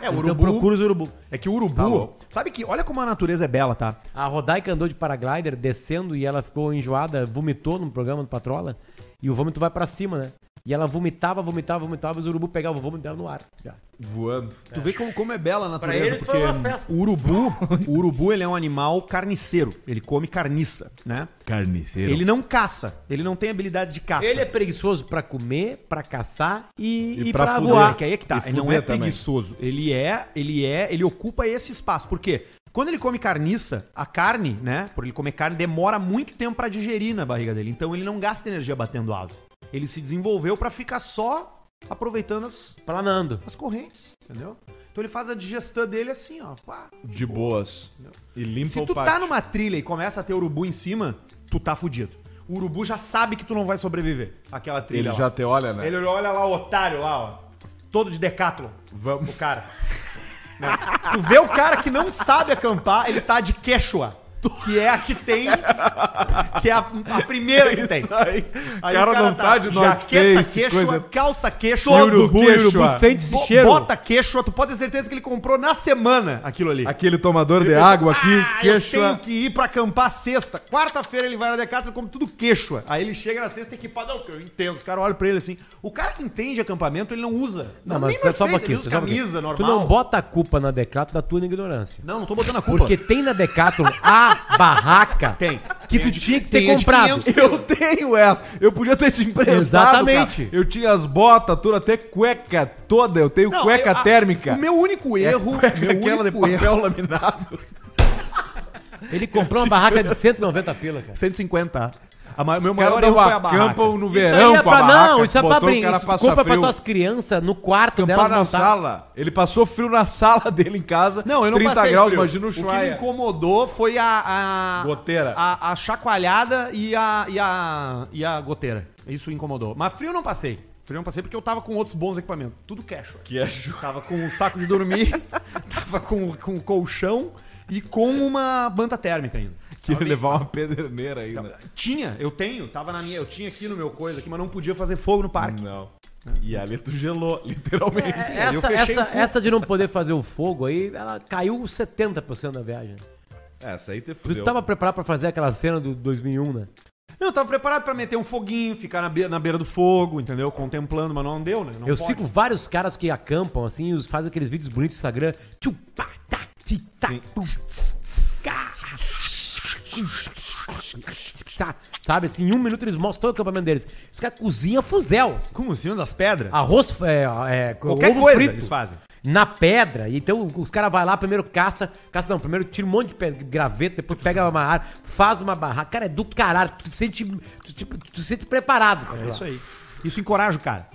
Speaker 1: É, o
Speaker 3: então
Speaker 1: urubu.
Speaker 3: procura os urubu.
Speaker 1: É que o
Speaker 2: Tá
Speaker 1: urubu. sabe que. Olha como a natureza é bela, tá?
Speaker 3: A Rodaica andou de paraglider descendo e ela ficou enjoada, vomitou no programa do Patrola. E o vômito vai pra cima, né? E ela vomitava, vomitava, vomitava, e os urubu pegavam o vômito dela no ar. Já.
Speaker 2: Voando.
Speaker 1: Tu vê como, como é bela a natureza,
Speaker 3: eles foi
Speaker 1: porque
Speaker 3: uma festa.
Speaker 1: o urubu, o urubu ele é um animal carniceiro, ele come carniça, né?
Speaker 2: Carniceiro.
Speaker 1: Ele não caça, ele não tem habilidades de caça.
Speaker 3: Ele é preguiçoso pra comer, pra caçar e,
Speaker 2: E
Speaker 3: e
Speaker 2: pra
Speaker 3: pra,
Speaker 2: fuder,
Speaker 3: voar.
Speaker 1: que aí é que tá,
Speaker 2: E
Speaker 1: ele não
Speaker 2: fuder
Speaker 1: é
Speaker 2: também.
Speaker 1: preguiçoso, ele é, ele é, ele ocupa esse espaço, por quê? Quando ele come carniça, a carne, né, por ele comer carne, demora muito tempo pra digerir na barriga dele, então ele não gasta energia batendo asa. Ele se desenvolveu pra ficar só aproveitando as,
Speaker 3: Planando.
Speaker 1: as correntes, entendeu? Então ele faz a digestão dele assim, ó, pá,
Speaker 2: De boas. E limpa
Speaker 1: Se
Speaker 2: o
Speaker 1: tu
Speaker 2: pátio.
Speaker 1: tá numa trilha e começa a ter urubu em cima, tu tá fudido. O urubu já sabe que tu não vai sobreviver àquela trilha.
Speaker 2: Ele
Speaker 1: lá.
Speaker 2: já te olha, né?
Speaker 1: Ele olha- olha lá o otário lá, ó. Todo de decátulo.
Speaker 2: Vamos.
Speaker 1: O cara. <laughs> Né? Tu vê o cara que não sabe acampar, ele tá de quechua. Que é a que tem. Que é a,
Speaker 2: <laughs>
Speaker 1: a primeira que tem.
Speaker 2: Aí, o cara, não tá, de norte
Speaker 1: Jaqueta
Speaker 2: face,
Speaker 1: quechua,
Speaker 2: coisa...
Speaker 1: calça quechua,
Speaker 2: Todo queixo, ah.
Speaker 3: sente-se
Speaker 1: bo-
Speaker 3: cheiro.
Speaker 1: bota quechua. Tu pode ter certeza que ele comprou na semana aquilo ali.
Speaker 2: Aquele tomador de
Speaker 1: Ele
Speaker 2: água
Speaker 1: pensou,
Speaker 2: aqui,
Speaker 1: "Ah,
Speaker 2: queixo...
Speaker 1: Eu
Speaker 3: é?
Speaker 1: tenho que ir pra acampar sexta. Quarta-feira ele vai na Decathlon e come tudo queixo. é. Aí ele chega na sexta equipado. Não, que eu entendo. Os caras olham pra ele assim. O cara que entende acampamento, ele não usa.
Speaker 3: Não, mas
Speaker 1: nem
Speaker 3: só um
Speaker 1: North Face, ele
Speaker 3: pouquinho.
Speaker 1: usa
Speaker 3: só um pouquinho.
Speaker 1: camisa normal.
Speaker 3: Tu não bota a culpa na Decathlon da tua ignorância.
Speaker 1: Não, não tô botando a culpa.
Speaker 3: Porque tem na Decathlon a barraca
Speaker 1: Tem.
Speaker 3: que
Speaker 1: Tem a
Speaker 3: tu
Speaker 1: de-
Speaker 3: tinha que
Speaker 1: tem a
Speaker 3: ter
Speaker 1: de
Speaker 3: comprado.
Speaker 1: 500.
Speaker 2: Eu tenho essa. Eu podia ter te emprestado.
Speaker 3: Exatamente.
Speaker 2: cara. Eu tinha as botas, tudo, até cueca toda. Eu tenho
Speaker 1: Não,
Speaker 2: cueca
Speaker 1: eu- a-
Speaker 2: térmica.
Speaker 1: O meu único erro.
Speaker 2: cueca,
Speaker 1: meu
Speaker 2: aquela de
Speaker 1: único
Speaker 2: papel
Speaker 1: erro.
Speaker 2: laminado.
Speaker 3: Ele comprou uma barraca de 190 pila, cara.
Speaker 1: 150. A ma- meu
Speaker 2: O cara
Speaker 1: maior erro
Speaker 2: não
Speaker 1: foi a barraca.
Speaker 2: acampam é no
Speaker 3: Isso aí
Speaker 2: verão
Speaker 3: é
Speaker 2: com a
Speaker 3: pra,
Speaker 2: barraca.
Speaker 3: não, isso é pra
Speaker 2: botou o
Speaker 3: brincar.
Speaker 2: cara
Speaker 3: Isso
Speaker 2: passar
Speaker 3: Compra pra
Speaker 2: frio.
Speaker 3: tuas crianças no quarto
Speaker 2: Acampar
Speaker 3: delas
Speaker 2: na
Speaker 3: montar.
Speaker 2: sala. Ele passou frio na sala dele em casa.
Speaker 1: Não, eu não
Speaker 2: 30
Speaker 1: passei
Speaker 2: graus,
Speaker 1: frio.
Speaker 2: imagina o
Speaker 1: O que me Ah.
Speaker 2: chuaia.
Speaker 1: incomodou foi a... a
Speaker 2: Goteira.
Speaker 1: A, a chacoalhada e a, e, a, e a goteira. Isso incomodou. Mas frio eu não passei. Frio eu não passei porque eu tava com outros bons equipamentos. Tudo cash.
Speaker 2: Que é chu-
Speaker 1: Tava com um saco de dormir, <laughs> tava com, com um colchão e com uma banda térmica ainda.
Speaker 2: que ia levar uma pederneira ainda.
Speaker 1: Tinha, eu tenho, tava na minha, eu tinha aqui no meu coisa aqui, mas não podia fazer fogo no
Speaker 3: Hum.
Speaker 1: parque.
Speaker 2: Não. E ali tu gelou, <laughs> literalmente.
Speaker 1: eu
Speaker 3: É, Essa,
Speaker 1: fechei
Speaker 3: essa,
Speaker 1: o cu.
Speaker 3: essa de não poder fazer o fogo aí, ela caiu 70% da viagem.
Speaker 2: Essa aí te
Speaker 3: Tu
Speaker 2: fudeu.
Speaker 3: tava preparado pra fazer aquela cena do 2001, né?
Speaker 5: Não, eu tava preparado pra meter um foguinho, ficar na, be- na beira do fogo, entendeu? Contemplando, mas não deu, né? Não
Speaker 3: eu
Speaker 5: pode.
Speaker 3: sigo vários caras que acampam, assim, e os- fazem aqueles vídeos bonitos no Instagram. Tchupá, tá, ti, tá, tum, tss, tss, cá. Sabe, assim, em um minuto eles mostram todo o acampamento deles. Os caras cozinham fuzel. assim.
Speaker 5: Como em cima das pedras?
Speaker 3: Arroz, é, é,
Speaker 5: Qualquer
Speaker 3: ovo
Speaker 5: coisa
Speaker 3: frito.
Speaker 5: eles fazem.
Speaker 3: na pedra. E Então os caras vão lá, primeiro caça, caça não, primeiro tira um monte de pe- graveto, depois pega uma arma, faz uma barraca. Cara, é do caralho, tu sente, tu, te- tu sente preparado. cara.
Speaker 5: É Isso aí. Isso encoraja o cara.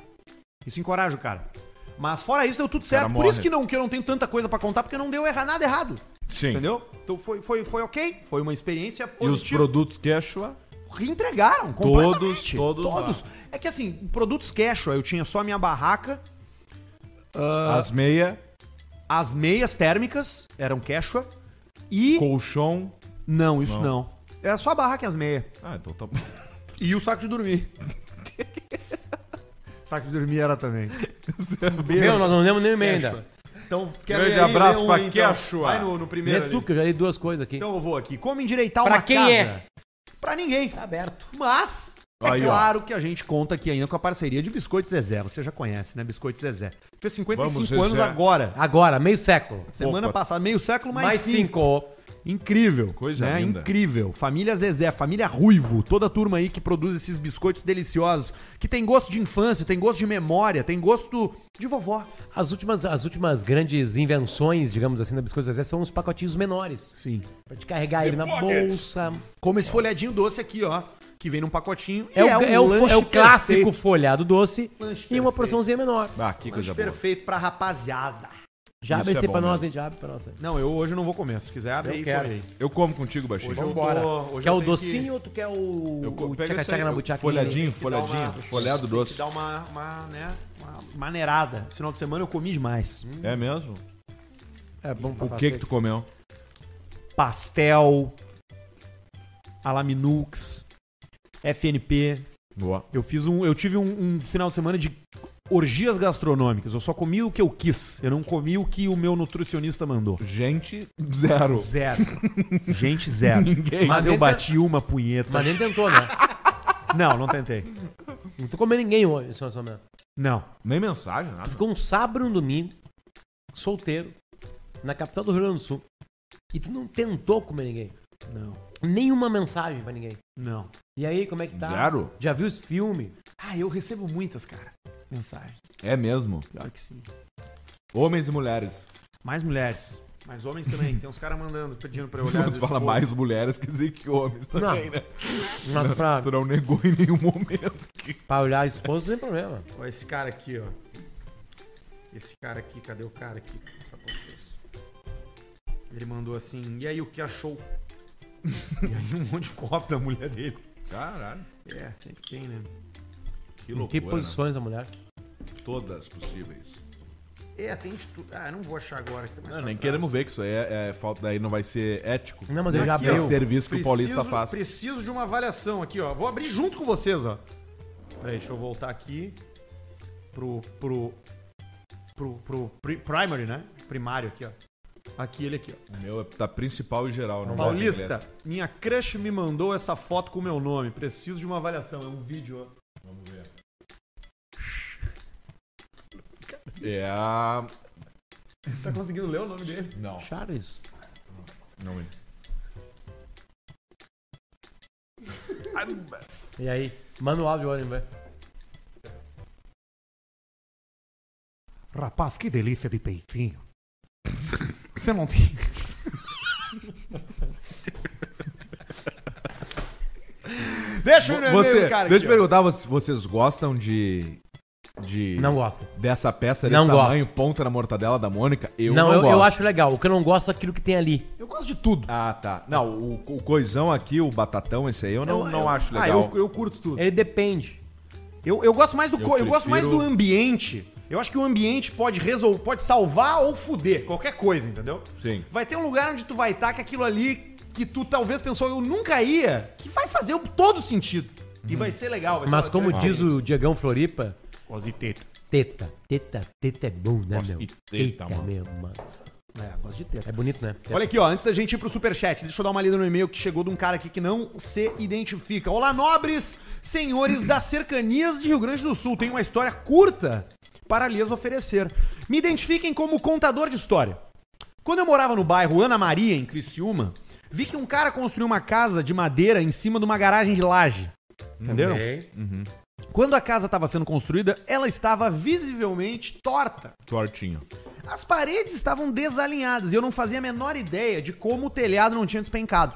Speaker 5: Isso encoraja o cara. Mas fora isso, deu tudo certo. Por
Speaker 2: morre.
Speaker 5: isso que não, que eu não tenho tanta coisa pra contar, porque não deu erra- nada errado.
Speaker 2: Sim.
Speaker 5: Entendeu? Então foi, foi, foi ok. Foi uma experiência
Speaker 2: E os
Speaker 5: positiva.
Speaker 2: produtos Quechua?
Speaker 5: Reentregaram completamente.
Speaker 2: todos lá.
Speaker 5: É que assim, produtos Quechua, eu tinha só a minha barraca,
Speaker 2: As meia,
Speaker 5: as meias térmicas eram Quechua e...
Speaker 2: colchão.
Speaker 5: Não, isso não. Era só a barraca e as meias.
Speaker 2: Ah, então tá bom.
Speaker 5: E o saco de dormir. <laughs> saco de dormir era também. Um beijo.
Speaker 3: Meu, nós não lemos nem emenda.
Speaker 5: Então,
Speaker 2: Grande
Speaker 5: ler aí,
Speaker 2: abraço
Speaker 5: lê um
Speaker 2: pra
Speaker 5: aí,
Speaker 2: Quechua.
Speaker 5: Vai no, no primeiro
Speaker 3: Lê
Speaker 5: ali.
Speaker 3: é tu, que eu já li duas coisas aqui.
Speaker 5: Então eu vou aqui. Como endireitar
Speaker 3: Pra
Speaker 5: uma
Speaker 3: quem
Speaker 5: casa?
Speaker 3: é?
Speaker 5: Pra ninguém.
Speaker 3: Tá aberto.
Speaker 5: Mas é
Speaker 2: Aí, ó.
Speaker 5: claro que a gente conta aqui ainda com a parceria de Biscoito Zezé. Você já conhece, né? Biscoito Zezé. Fez 55
Speaker 2: Vamos,
Speaker 5: anos
Speaker 2: Zezé.
Speaker 5: agora.
Speaker 3: Agora, meio século.
Speaker 5: Semana
Speaker 2: Opa.
Speaker 5: passada, meio século mais,
Speaker 3: Mais
Speaker 5: cinco.
Speaker 3: cinco.
Speaker 5: Incrível.
Speaker 2: Coisa
Speaker 5: né?
Speaker 2: linda.
Speaker 5: Incrível. Família Zezé, família Ruivo, toda a turma aí que produz esses biscoitos deliciosos, que tem gosto de infância, tem gosto de memória, tem gosto de vovó.
Speaker 3: As últimas, as últimas grandes invenções, digamos assim, da Biscoito Zezé são os pacotinhos menores.
Speaker 5: Sim.
Speaker 3: Pra te carregar ele na bolsa.
Speaker 5: Como esse folhadinho doce aqui, ó, que vem num pacotinho.
Speaker 3: É,
Speaker 5: e um
Speaker 3: o, é, o,
Speaker 5: lanche
Speaker 3: é o clássico
Speaker 5: perfeito.
Speaker 3: folhado doce
Speaker 5: Lanche é
Speaker 3: e uma
Speaker 5: perfeito.
Speaker 3: porçãozinha menor.
Speaker 2: Ah, que
Speaker 5: Lanche
Speaker 2: coisa boa.
Speaker 5: perfeito pra rapaziada.
Speaker 3: Já
Speaker 2: Isso
Speaker 3: abre
Speaker 2: é
Speaker 3: esse
Speaker 2: bom
Speaker 3: pra nós,
Speaker 2: mesmo.
Speaker 3: hein? Já abre pra nós. hein?
Speaker 5: Não, eu hoje não vou comer. Se quiser, abre
Speaker 3: Eu
Speaker 5: aí.
Speaker 3: quero.
Speaker 5: come aí.
Speaker 2: Eu como contigo, Baixinho.
Speaker 5: Hoje eu
Speaker 3: Vambora.
Speaker 5: tô- hoje
Speaker 3: Quer
Speaker 5: eu
Speaker 3: o
Speaker 5: tenho que-
Speaker 3: docinho ou tu quer o,
Speaker 2: Eu co-
Speaker 3: o
Speaker 2: pega isso
Speaker 3: tchaca-tchaca
Speaker 2: aí,
Speaker 3: na
Speaker 2: eu-
Speaker 3: buchaca?
Speaker 2: folhadinho,
Speaker 5: Tem que dar
Speaker 2: folhadinho,
Speaker 5: uma-
Speaker 2: folhado
Speaker 5: Tem que
Speaker 2: doce.
Speaker 5: dar uma, uma, né, uma maneirada. Esse final de semana eu comi demais.
Speaker 2: É mesmo?
Speaker 3: É bom pra
Speaker 2: O que que tu comeu?
Speaker 5: Pastel, Alaminux, FNP.
Speaker 2: Boa.
Speaker 5: Eu fiz um. Eu tive um, um final de semana de orgias gastronômicas. Eu só comi o que eu quis. Eu não comi o que o meu nutricionista mandou.
Speaker 2: Gente, <laughs> zero.
Speaker 5: Zero. Gente,
Speaker 2: <laughs>
Speaker 5: zero.
Speaker 2: Ninguém. tá-
Speaker 5: Mas eu
Speaker 3: Mas
Speaker 5: bati uma punheta.
Speaker 3: Mas nem tentou, né?
Speaker 5: Não, não tentei.
Speaker 3: Não tô comendo ninguém hoje, senhor Samuel.
Speaker 5: Não.
Speaker 2: Nem mensagem,
Speaker 3: Tu
Speaker 2: nada.
Speaker 3: ficou um sábado e um domingo, solteiro, na capital do Rio Grande do Sul. E tu não tentou comer ninguém.
Speaker 5: Não.
Speaker 3: Nenhuma mensagem pra ninguém.
Speaker 5: Não.
Speaker 3: E aí, como é que tá?
Speaker 2: Zero?
Speaker 3: Já viu os filmes?
Speaker 5: Ah, eu recebo muitas, cara. Mensagens.
Speaker 2: É mesmo.
Speaker 5: Pior que sim.
Speaker 2: Homens e mulheres.
Speaker 5: Mais mulheres. Mais homens também. Tem uns caras mandando, pedindo pra eu
Speaker 2: <laughs>
Speaker 5: olhar
Speaker 2: Quando
Speaker 5: as
Speaker 2: tu fala
Speaker 5: esposas.
Speaker 2: mais mulheres, quer dizer que homens também, né?
Speaker 3: Mas pra,
Speaker 2: Tu não negou em nenhum momento. que-
Speaker 3: pra olhar a esposa, não tem problema.
Speaker 5: Ó, esse cara aqui, ó. Esse cara aqui, cadê o cara aqui? Só vocês. Ele mandou assim, e aí o que achou? <laughs> e aí um monte de foto da mulher dele.
Speaker 2: Caralho.
Speaker 5: É, sempre tem, né?
Speaker 2: Que
Speaker 3: Em
Speaker 2: loucura,
Speaker 3: que posições a mulher?
Speaker 2: né? Todas possíveis.
Speaker 5: É, tem de tudo. Ah, eu não vou achar agora que tá mais
Speaker 2: Não,
Speaker 5: pra
Speaker 2: Ah, nem
Speaker 5: trás.
Speaker 2: queremos ver que isso aí é, é falta, daí não vai ser ético.
Speaker 3: Não, mas eu já
Speaker 2: que é
Speaker 3: abri.
Speaker 2: o serviço que o
Speaker 5: Preciso-
Speaker 2: paulista faz.
Speaker 5: Preciso de uma avaliação aqui, ó. Vou abrir junto com vocês, ó. Peraí, deixa eu voltar aqui pro pro pro, pro pri- primary, né? Primário aqui, ó. Aqui ele aqui, ó.
Speaker 2: O meu é tá principal e geral. Não vai ter
Speaker 5: Paulista, minha crush me mandou essa foto com o meu nome. Preciso de uma avaliação. É um vídeo, ó.
Speaker 2: ingresso. É a...
Speaker 5: Tá conseguindo ler o nome dele?
Speaker 2: Não,
Speaker 3: Charles.
Speaker 2: não é.
Speaker 3: E aí? Manual de ônibus, velho.
Speaker 5: Rapaz, que delícia de peitinho. Você não tem. deixa
Speaker 3: é
Speaker 5: eu
Speaker 2: Você,
Speaker 5: cara
Speaker 2: deixa eu
Speaker 5: aqui, ó.
Speaker 2: perguntar, vo- vocês gostam de... de
Speaker 3: Não gosto.
Speaker 2: Dessa peça
Speaker 3: Não gosto.
Speaker 2: tamanho, ponta na mortadela da Mônica? Eu
Speaker 3: não,
Speaker 2: não,
Speaker 3: eu,
Speaker 2: gosto.
Speaker 3: eu acho legal. O que eu não gosto é aquilo que tem ali.
Speaker 5: Eu gosto de tudo.
Speaker 2: Ah, tá. Não, o, o coisão aqui, o batatão esse aí, eu não, não acho legal.
Speaker 5: Ah, eu, eu curto tudo.
Speaker 3: Ele depende.
Speaker 5: Eu, eu gosto mais do co- eu gosto
Speaker 2: prefiro-
Speaker 5: mais do ambiente. Eu acho que o ambiente pode resolver, pode salvar ou fuder qualquer coisa, entendeu?
Speaker 2: Sim.
Speaker 5: Vai ter um lugar onde tu vai estar que aquilo ali que tu talvez pensou eu nunca ia, que vai fazer o- todo sentido. E vai ser legal, vai ser
Speaker 3: Mas
Speaker 5: uma
Speaker 3: como
Speaker 5: grande
Speaker 3: diz
Speaker 5: experiência.
Speaker 3: o Diegão Floripa,
Speaker 5: Gosto de teta.
Speaker 3: teta. Teta, teta é bom, né, meu?
Speaker 2: de teta, mano.
Speaker 3: meu, mano.
Speaker 1: É, gosto de teta.
Speaker 3: É bonito, né?
Speaker 1: Olha aqui, ó, antes da gente ir pro superchat, deixa eu dar uma lida no e-mail que chegou de um cara aqui que não se identifica. Olá, nobres senhores das cercanias de Rio Grande do Sul. Tem uma história curta para lhes oferecer. Me identifiquem como contador de história. Quando eu morava no bairro Ana Maria, em Criciúma, vi que um cara construiu uma casa de madeira em cima de uma garagem de laje. Entenderam? Uhum.
Speaker 3: Ok.
Speaker 1: Quando a casa estava sendo construída, ela estava visivelmente torta.
Speaker 2: Tortinho.
Speaker 1: As paredes estavam desalinhadas e eu não fazia a menor ideia de como o telhado não tinha despencado.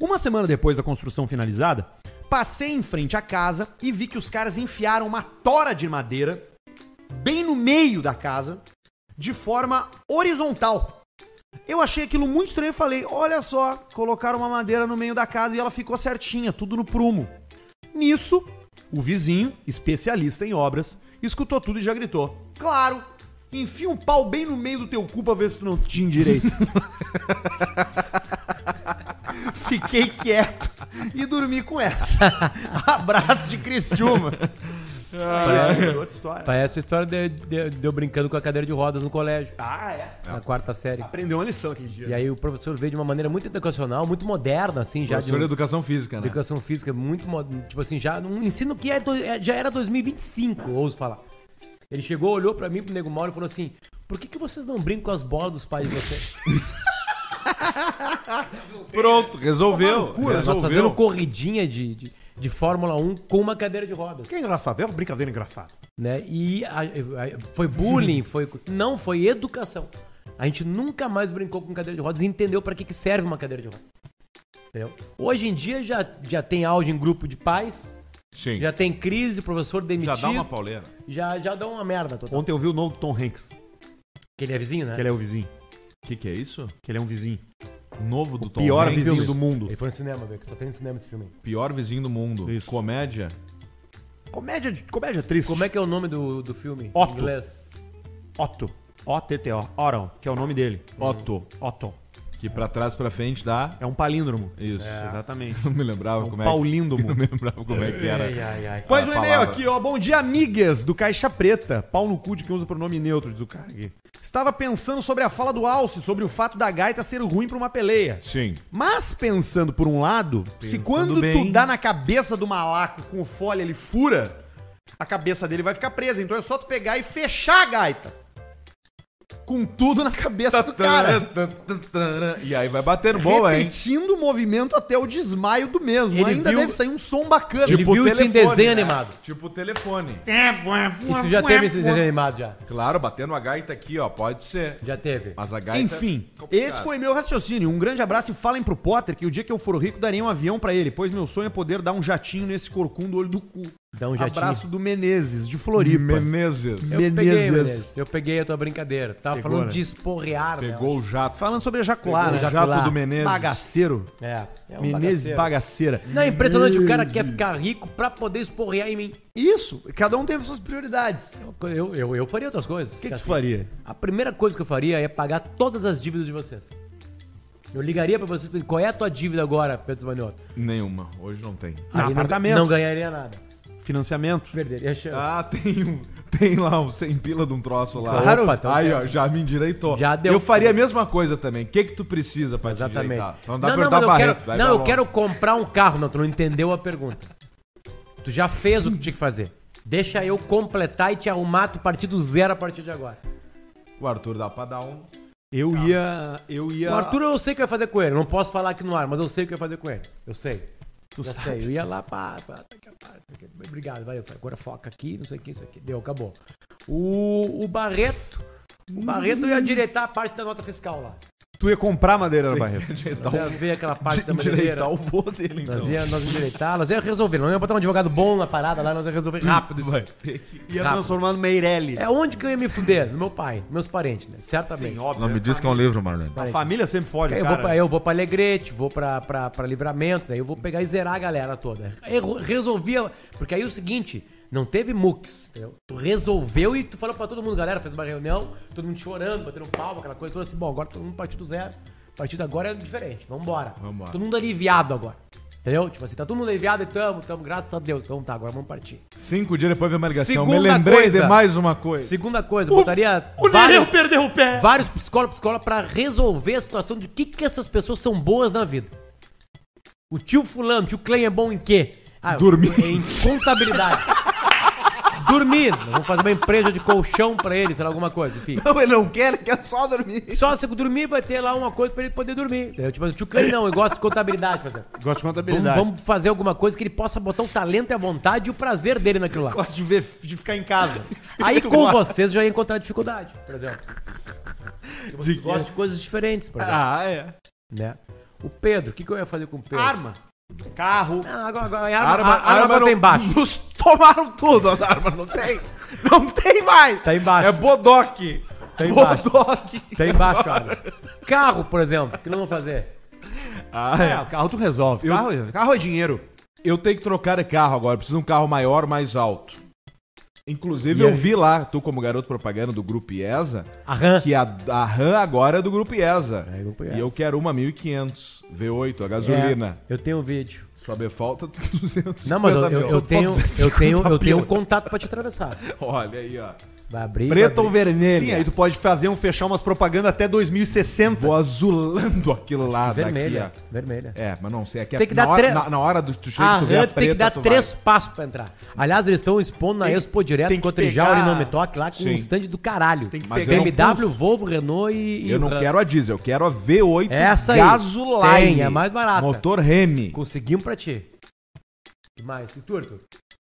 Speaker 1: Uma semana depois da construção finalizada, passei em frente à casa e vi que os caras enfiaram uma tora de madeira bem no meio da casa, de forma horizontal. Eu achei aquilo muito estranho e falei: olha só, colocaram uma madeira no meio da casa e ela ficou certinha, tudo no prumo. Nisso, o vizinho, especialista em obras, escutou tudo e já gritou: Claro! Enfia um pau bem no meio do teu cu pra ver se tu não tinha direito. <laughs> Fiquei quieto e dormi com essa. <laughs> Abraço de Criciúma. Aí, outra história.
Speaker 3: Parece a É história de, de- de eu brincando com a cadeira de rodas no colégio,
Speaker 1: Ah, é.
Speaker 3: na quarta série.
Speaker 1: Aprendeu uma lição aquele dia.
Speaker 3: E aí o professor veio de uma maneira muito educacional, muito moderna, assim, já de
Speaker 2: Professor de
Speaker 3: um-
Speaker 2: educação física, né?
Speaker 3: educação física, muito mo- tipo assim, já um ensino que é do- é- já era 2025, ouso falar. Ele chegou, olhou pra mim, pro Nego Mauro e falou assim: "Por que, que vocês não brincam com as bolas dos pais de vocês?"
Speaker 2: Pronto, resolveu.
Speaker 3: É, nós fazendo
Speaker 2: resolveu.
Speaker 3: corridinha de, de, de Fórmula 1 com uma cadeira de rodas,
Speaker 1: Que engraçado, é uma brincadeira engraçada.
Speaker 3: né? E a- a- foi bullying, foi não, foi educação. A gente nunca mais brincou com cadeira de rodas e entendeu pra que, que serve uma cadeira de rodas. Entendeu? Hoje em dia já, já tem áudio em grupo de pais,
Speaker 2: Sim.
Speaker 3: já tem crise, professor demitido.
Speaker 2: Já dá uma pauleira.
Speaker 3: Já, já dá uma merda total.
Speaker 1: Ontem eu vi o novo Tom Hanks,
Speaker 3: Que ele é vizinho, né?
Speaker 1: que ele é o vizinho.
Speaker 2: O que, que é isso?
Speaker 1: Que ele é um vizinho.
Speaker 2: Novo do Tom
Speaker 1: Pior
Speaker 2: Hanks.
Speaker 1: vizinho do
Speaker 2: é
Speaker 1: mundo.
Speaker 3: Ele foi no cinema, velho, que só tem no cinema esse filme.
Speaker 2: Pior vizinho do mundo.
Speaker 1: Isso.
Speaker 2: Comédia.
Speaker 1: É Comédia, de- comédia triste.
Speaker 3: Como é que é o nome do, do filme?
Speaker 1: Otto.
Speaker 3: Em inglês.
Speaker 1: Otto. O-T-T-O. Oron, que é o nome dele.
Speaker 2: Otto.
Speaker 1: Otto.
Speaker 2: Que pra trás pra frente dá.
Speaker 1: É um palíndromo.
Speaker 2: Isso.
Speaker 1: Exatamente.
Speaker 2: <laughs> Não me lembrava
Speaker 1: É um
Speaker 2: como é que.
Speaker 1: paulíndomo. <laughs>
Speaker 2: <laughs> Não me lembrava como é que era.
Speaker 3: Ai, ai, ai.
Speaker 1: Mais
Speaker 2: a
Speaker 1: um e-mail
Speaker 2: palavra.
Speaker 1: aqui, ó. Bom dia, amigas do Caixa Preta. Pau no cu de quem usa o pronome neutro, diz o cara aqui. Estava pensando sobre a fala do Alce, sobre o fato da gaita ser ruim pra uma peleia.
Speaker 2: Sim.
Speaker 1: Mas pensando por um lado, se quando
Speaker 2: bem.
Speaker 1: tu dá na cabeça do malaco com folha, ele fura, a cabeça dele vai ficar presa. Então é só tu pegar e fechar a gaita. Com tudo na
Speaker 3: Tá
Speaker 1: cabeça Tá do cara.
Speaker 2: E aí vai batendo boa, hein?
Speaker 1: Repetindo o movimento até o desmaio do mesmo.
Speaker 3: Ele
Speaker 1: Ainda
Speaker 3: viu- Tipo,
Speaker 1: deve sair um som bacana. É,
Speaker 3: Ele viu isso em desenho
Speaker 2: né?
Speaker 3: animado.
Speaker 2: Tipo telefone.
Speaker 3: Isso já teve esse desenho animado já.
Speaker 2: Claro, batendo a gaita aqui, ó. Pode ser.
Speaker 3: Já teve.
Speaker 2: Mas a gaita. é
Speaker 1: Enfim,
Speaker 2: tá complicado.
Speaker 1: esse foi meu raciocínio. Um grande abraço e falem pro Potter que o dia que eu for rico daria um avião pra ele, pois meu sonho é poder dar um jatinho nesse corcum do olho do cu.
Speaker 3: Dá um jatinho.
Speaker 1: Abraço do Menezes, de Floripa.
Speaker 2: Menezes.
Speaker 3: Eu peguei, Menezes. Eu peguei a tua brincadeira. Tu tava
Speaker 1: né?
Speaker 3: falando de esporrear, né?
Speaker 2: Pegou o jato.
Speaker 1: tá Falando sobre ejacular,
Speaker 3: Pegou
Speaker 1: né?
Speaker 3: o jato
Speaker 2: do Menezes.
Speaker 1: Bagaceiro.
Speaker 3: É. é um
Speaker 1: Menezes
Speaker 3: bagaceiro.
Speaker 1: bagaceira.
Speaker 3: Não, é impressionante. O cara quer ficar rico pra poder esporrear em mim.
Speaker 1: Isso, cada um teve suas prioridades. O
Speaker 3: Eu, eu, eu, eu faria outras coisas.
Speaker 1: que, que tu
Speaker 3: Assim,
Speaker 1: faria?
Speaker 3: A primeira coisa que eu faria é pagar todas as dívidas de vocês. Eu ligaria pra vocês, qual é a tua dívida agora, Pedro Smanioto?
Speaker 2: Nenhuma. Hoje não tem.
Speaker 1: No
Speaker 3: Aí não-
Speaker 1: apartamento.
Speaker 3: Não, ganharia nada.
Speaker 1: Financiamento.
Speaker 3: Perderia a chance.
Speaker 2: Ah, tem um. Tem lá um sem pila de um troço lá.
Speaker 3: Claro. Opa, então
Speaker 2: Aí,
Speaker 3: tem.
Speaker 2: ó, já me endireitou.
Speaker 3: Já deu.
Speaker 2: Eu faria a mesma coisa também. O que que tu precisa pra te
Speaker 3: Exatamente.
Speaker 2: endireitar? Não
Speaker 3: Não,
Speaker 2: dá
Speaker 3: não,
Speaker 2: pra eu
Speaker 3: mas
Speaker 2: dar
Speaker 3: eu
Speaker 2: barreto. vai
Speaker 3: quero, não, eu
Speaker 2: pra
Speaker 3: quero comprar um carro. Não, tu não entendeu a pergunta. Tu já fez o que tinha que fazer. Deixa eu completar e te arrumar, tu partir do zero a partir de agora.
Speaker 2: longe. O Arthur dá pra dar um.
Speaker 1: Eu ia. Eu ia.
Speaker 3: Tá.
Speaker 2: Ah.
Speaker 3: O
Speaker 2: <laughs>
Speaker 3: Arthur eu sei o que eu ia fazer com ele. Não posso falar aqui no ar, mas eu sei o que eu ia fazer com ele. Eu sei. já sei. Eu ia lá, pá, pá, tá aqui, pá, tá aqui. Obrigado, valeu. Agora foca aqui, não sei o que, isso aqui. Deu, acabou. O, o Barreto. O Barreto ia direitar a parte da nota fiscal lá.
Speaker 1: Tu ia comprar madeira na
Speaker 3: <laughs>
Speaker 1: barreira.
Speaker 3: Nós ia ver aquela parte
Speaker 2: <laughs>
Speaker 3: da
Speaker 2: Endireitar Então,
Speaker 3: madeira.
Speaker 2: o vô dele, então.
Speaker 3: Nós ia, nós ia endireitar, nós ia resolver. Nós ia botar um advogado bom na parada lá, nós ia resolver rápido. isso.
Speaker 2: Vai ter que-
Speaker 1: Ia
Speaker 3: Rápido.
Speaker 1: transformar no Meirelli.
Speaker 3: É onde que eu ia me fuder? No meu pai, meus parentes, né? Certamente.
Speaker 1: óbvio.
Speaker 2: diz que é um livro, Marlene.
Speaker 1: A família sempre foge,
Speaker 3: Eu
Speaker 1: cara.
Speaker 3: vou, pra, eu vou pra Alegrete, vou pra, pra, pra Livramento, aí eu vou pegar e zerar a galera toda. Erro- Resolvi, a- porque aí é o seguinte, não teve mux, entendeu? Tu resolveu e tu falou pra todo mundo, galera, fez uma reunião, todo mundo chorando, batendo palma, aquela coisa toda assim, bom, agora todo mundo partiu do zero, a partir de agora é diferente, vambora.
Speaker 2: Vambora.
Speaker 3: Todo mundo aliviado agora. Entendeu? Tipo assim, tá todo mundo aliviado e tamo, tamo, graças a Deus. Então tá, agora vamos partir.
Speaker 2: Cinco dias depois veio uma ligação. Me
Speaker 3: Segunda
Speaker 2: lembrei
Speaker 3: coisa.
Speaker 2: de mais uma coisa.
Speaker 3: Segunda coisa, botaria
Speaker 5: O Nereu perdeu o pé.
Speaker 3: vários psicólogos, psicólogos pra resolver a situação de o que, que essas pessoas são boas na vida. O tio fulano, o tio Clay é bom em quê? Ah,
Speaker 2: Dormir.
Speaker 3: Em contabilidade. Dormir. Nós Vamos fazer uma empresa de colchão pra ele, sei lá, alguma coisa, enfim.
Speaker 5: <laughs> Não, ele não quer, ele quer só dormir.
Speaker 3: Só se dormir vai ter lá uma coisa pra ele poder dormir. entendeu? Tipo, o tio Clay não, eu gosto de contabilidade, por exemplo.
Speaker 5: Gosto
Speaker 3: Vamos,
Speaker 5: de contabilidade.
Speaker 3: vamos fazer alguma coisa que ele possa botar o talento e a vontade e o prazer dele naquilo lá.
Speaker 5: Gosto de, ver, de ficar
Speaker 3: <laughs>
Speaker 5: em casa.
Speaker 3: Aí
Speaker 5: Tu
Speaker 3: com
Speaker 5: gosta.
Speaker 3: vocês eu já ia encontrar dificuldade, por exemplo. Porque Vocês gostam de coisas diferentes, por exemplo.
Speaker 5: Ah, é.
Speaker 3: né? O Pedro, o que, que eu ia fazer com o Pedro?
Speaker 5: Arma. Carro.
Speaker 3: Ah, agora, agora, a
Speaker 2: Arma-
Speaker 3: arma, a- a arma,
Speaker 2: arma
Speaker 3: tá
Speaker 2: não-
Speaker 3: embaixo.
Speaker 5: Nos tomaram tudo as armas, não tem. Não tem mais.
Speaker 3: Tá embaixo.
Speaker 2: É bodoque.
Speaker 3: tá embaixo.
Speaker 5: Bodoque.
Speaker 3: Tá embaixo, a arma. Carro, por exemplo, que não vão fazer.
Speaker 5: É, o carro tu resolve. Carro, carro é dinheiro.
Speaker 2: Eu tenho que trocar de carro agora. Preciso de um carro maior, mais alto. Inclusive,
Speaker 3: E
Speaker 2: eu
Speaker 3: aí?
Speaker 2: vi lá, tu como garoto propaganda do Grupo IESA,
Speaker 3: Aham.
Speaker 2: que a, a RAM agora é do Grupo IESA.
Speaker 3: É, Grupo
Speaker 2: E eu
Speaker 3: IESA.
Speaker 2: quero uma 1.500 V8, a gasolina.
Speaker 3: É, eu tenho um vídeo.
Speaker 2: Só me falta <laughs> 250
Speaker 3: Não, mas eu, eu-
Speaker 2: mil.
Speaker 3: eu tenho, eu tenho, eu tenho um contato pra te atravessar.
Speaker 2: Olha aí, ó.
Speaker 3: Vai abrir.
Speaker 2: Preto
Speaker 3: vai
Speaker 2: ou
Speaker 3: abrir.
Speaker 2: vermelho?
Speaker 5: Sim, aí tu pode fazer um fechar umas propagandas até 2060.
Speaker 2: Vou azulando aquilo lá
Speaker 3: Vermelha.
Speaker 2: daqui, ó.
Speaker 3: Vermelha.
Speaker 2: É, mas não sei. É que
Speaker 3: Tem que
Speaker 2: na,
Speaker 3: dar
Speaker 2: hora,
Speaker 3: três-
Speaker 2: na, na hora do tu chega
Speaker 3: A
Speaker 2: e tu vê
Speaker 3: RAM
Speaker 2: a
Speaker 3: tu Ah, tem
Speaker 2: preta,
Speaker 3: que dar
Speaker 2: tu vai.
Speaker 3: três passos pra entrar. Aliás, eles estão expondo na Expo direto
Speaker 5: tem que
Speaker 3: contra Trijal e
Speaker 5: pegar-
Speaker 3: não me toque lá com
Speaker 2: Sim.
Speaker 3: um stand do caralho.
Speaker 5: Tem que
Speaker 2: Mas
Speaker 5: pegar
Speaker 2: eu não
Speaker 3: BMW,
Speaker 2: pus.
Speaker 3: Volvo, Renault e.
Speaker 2: um Eu não
Speaker 3: e-
Speaker 2: quero a diesel, eu quero a V8
Speaker 3: Essa aí.
Speaker 2: Gasoline.
Speaker 3: Tem, é mais barata.
Speaker 2: Motor Remy.
Speaker 3: Conseguimos pra ti. E mais. E tu, Arthur?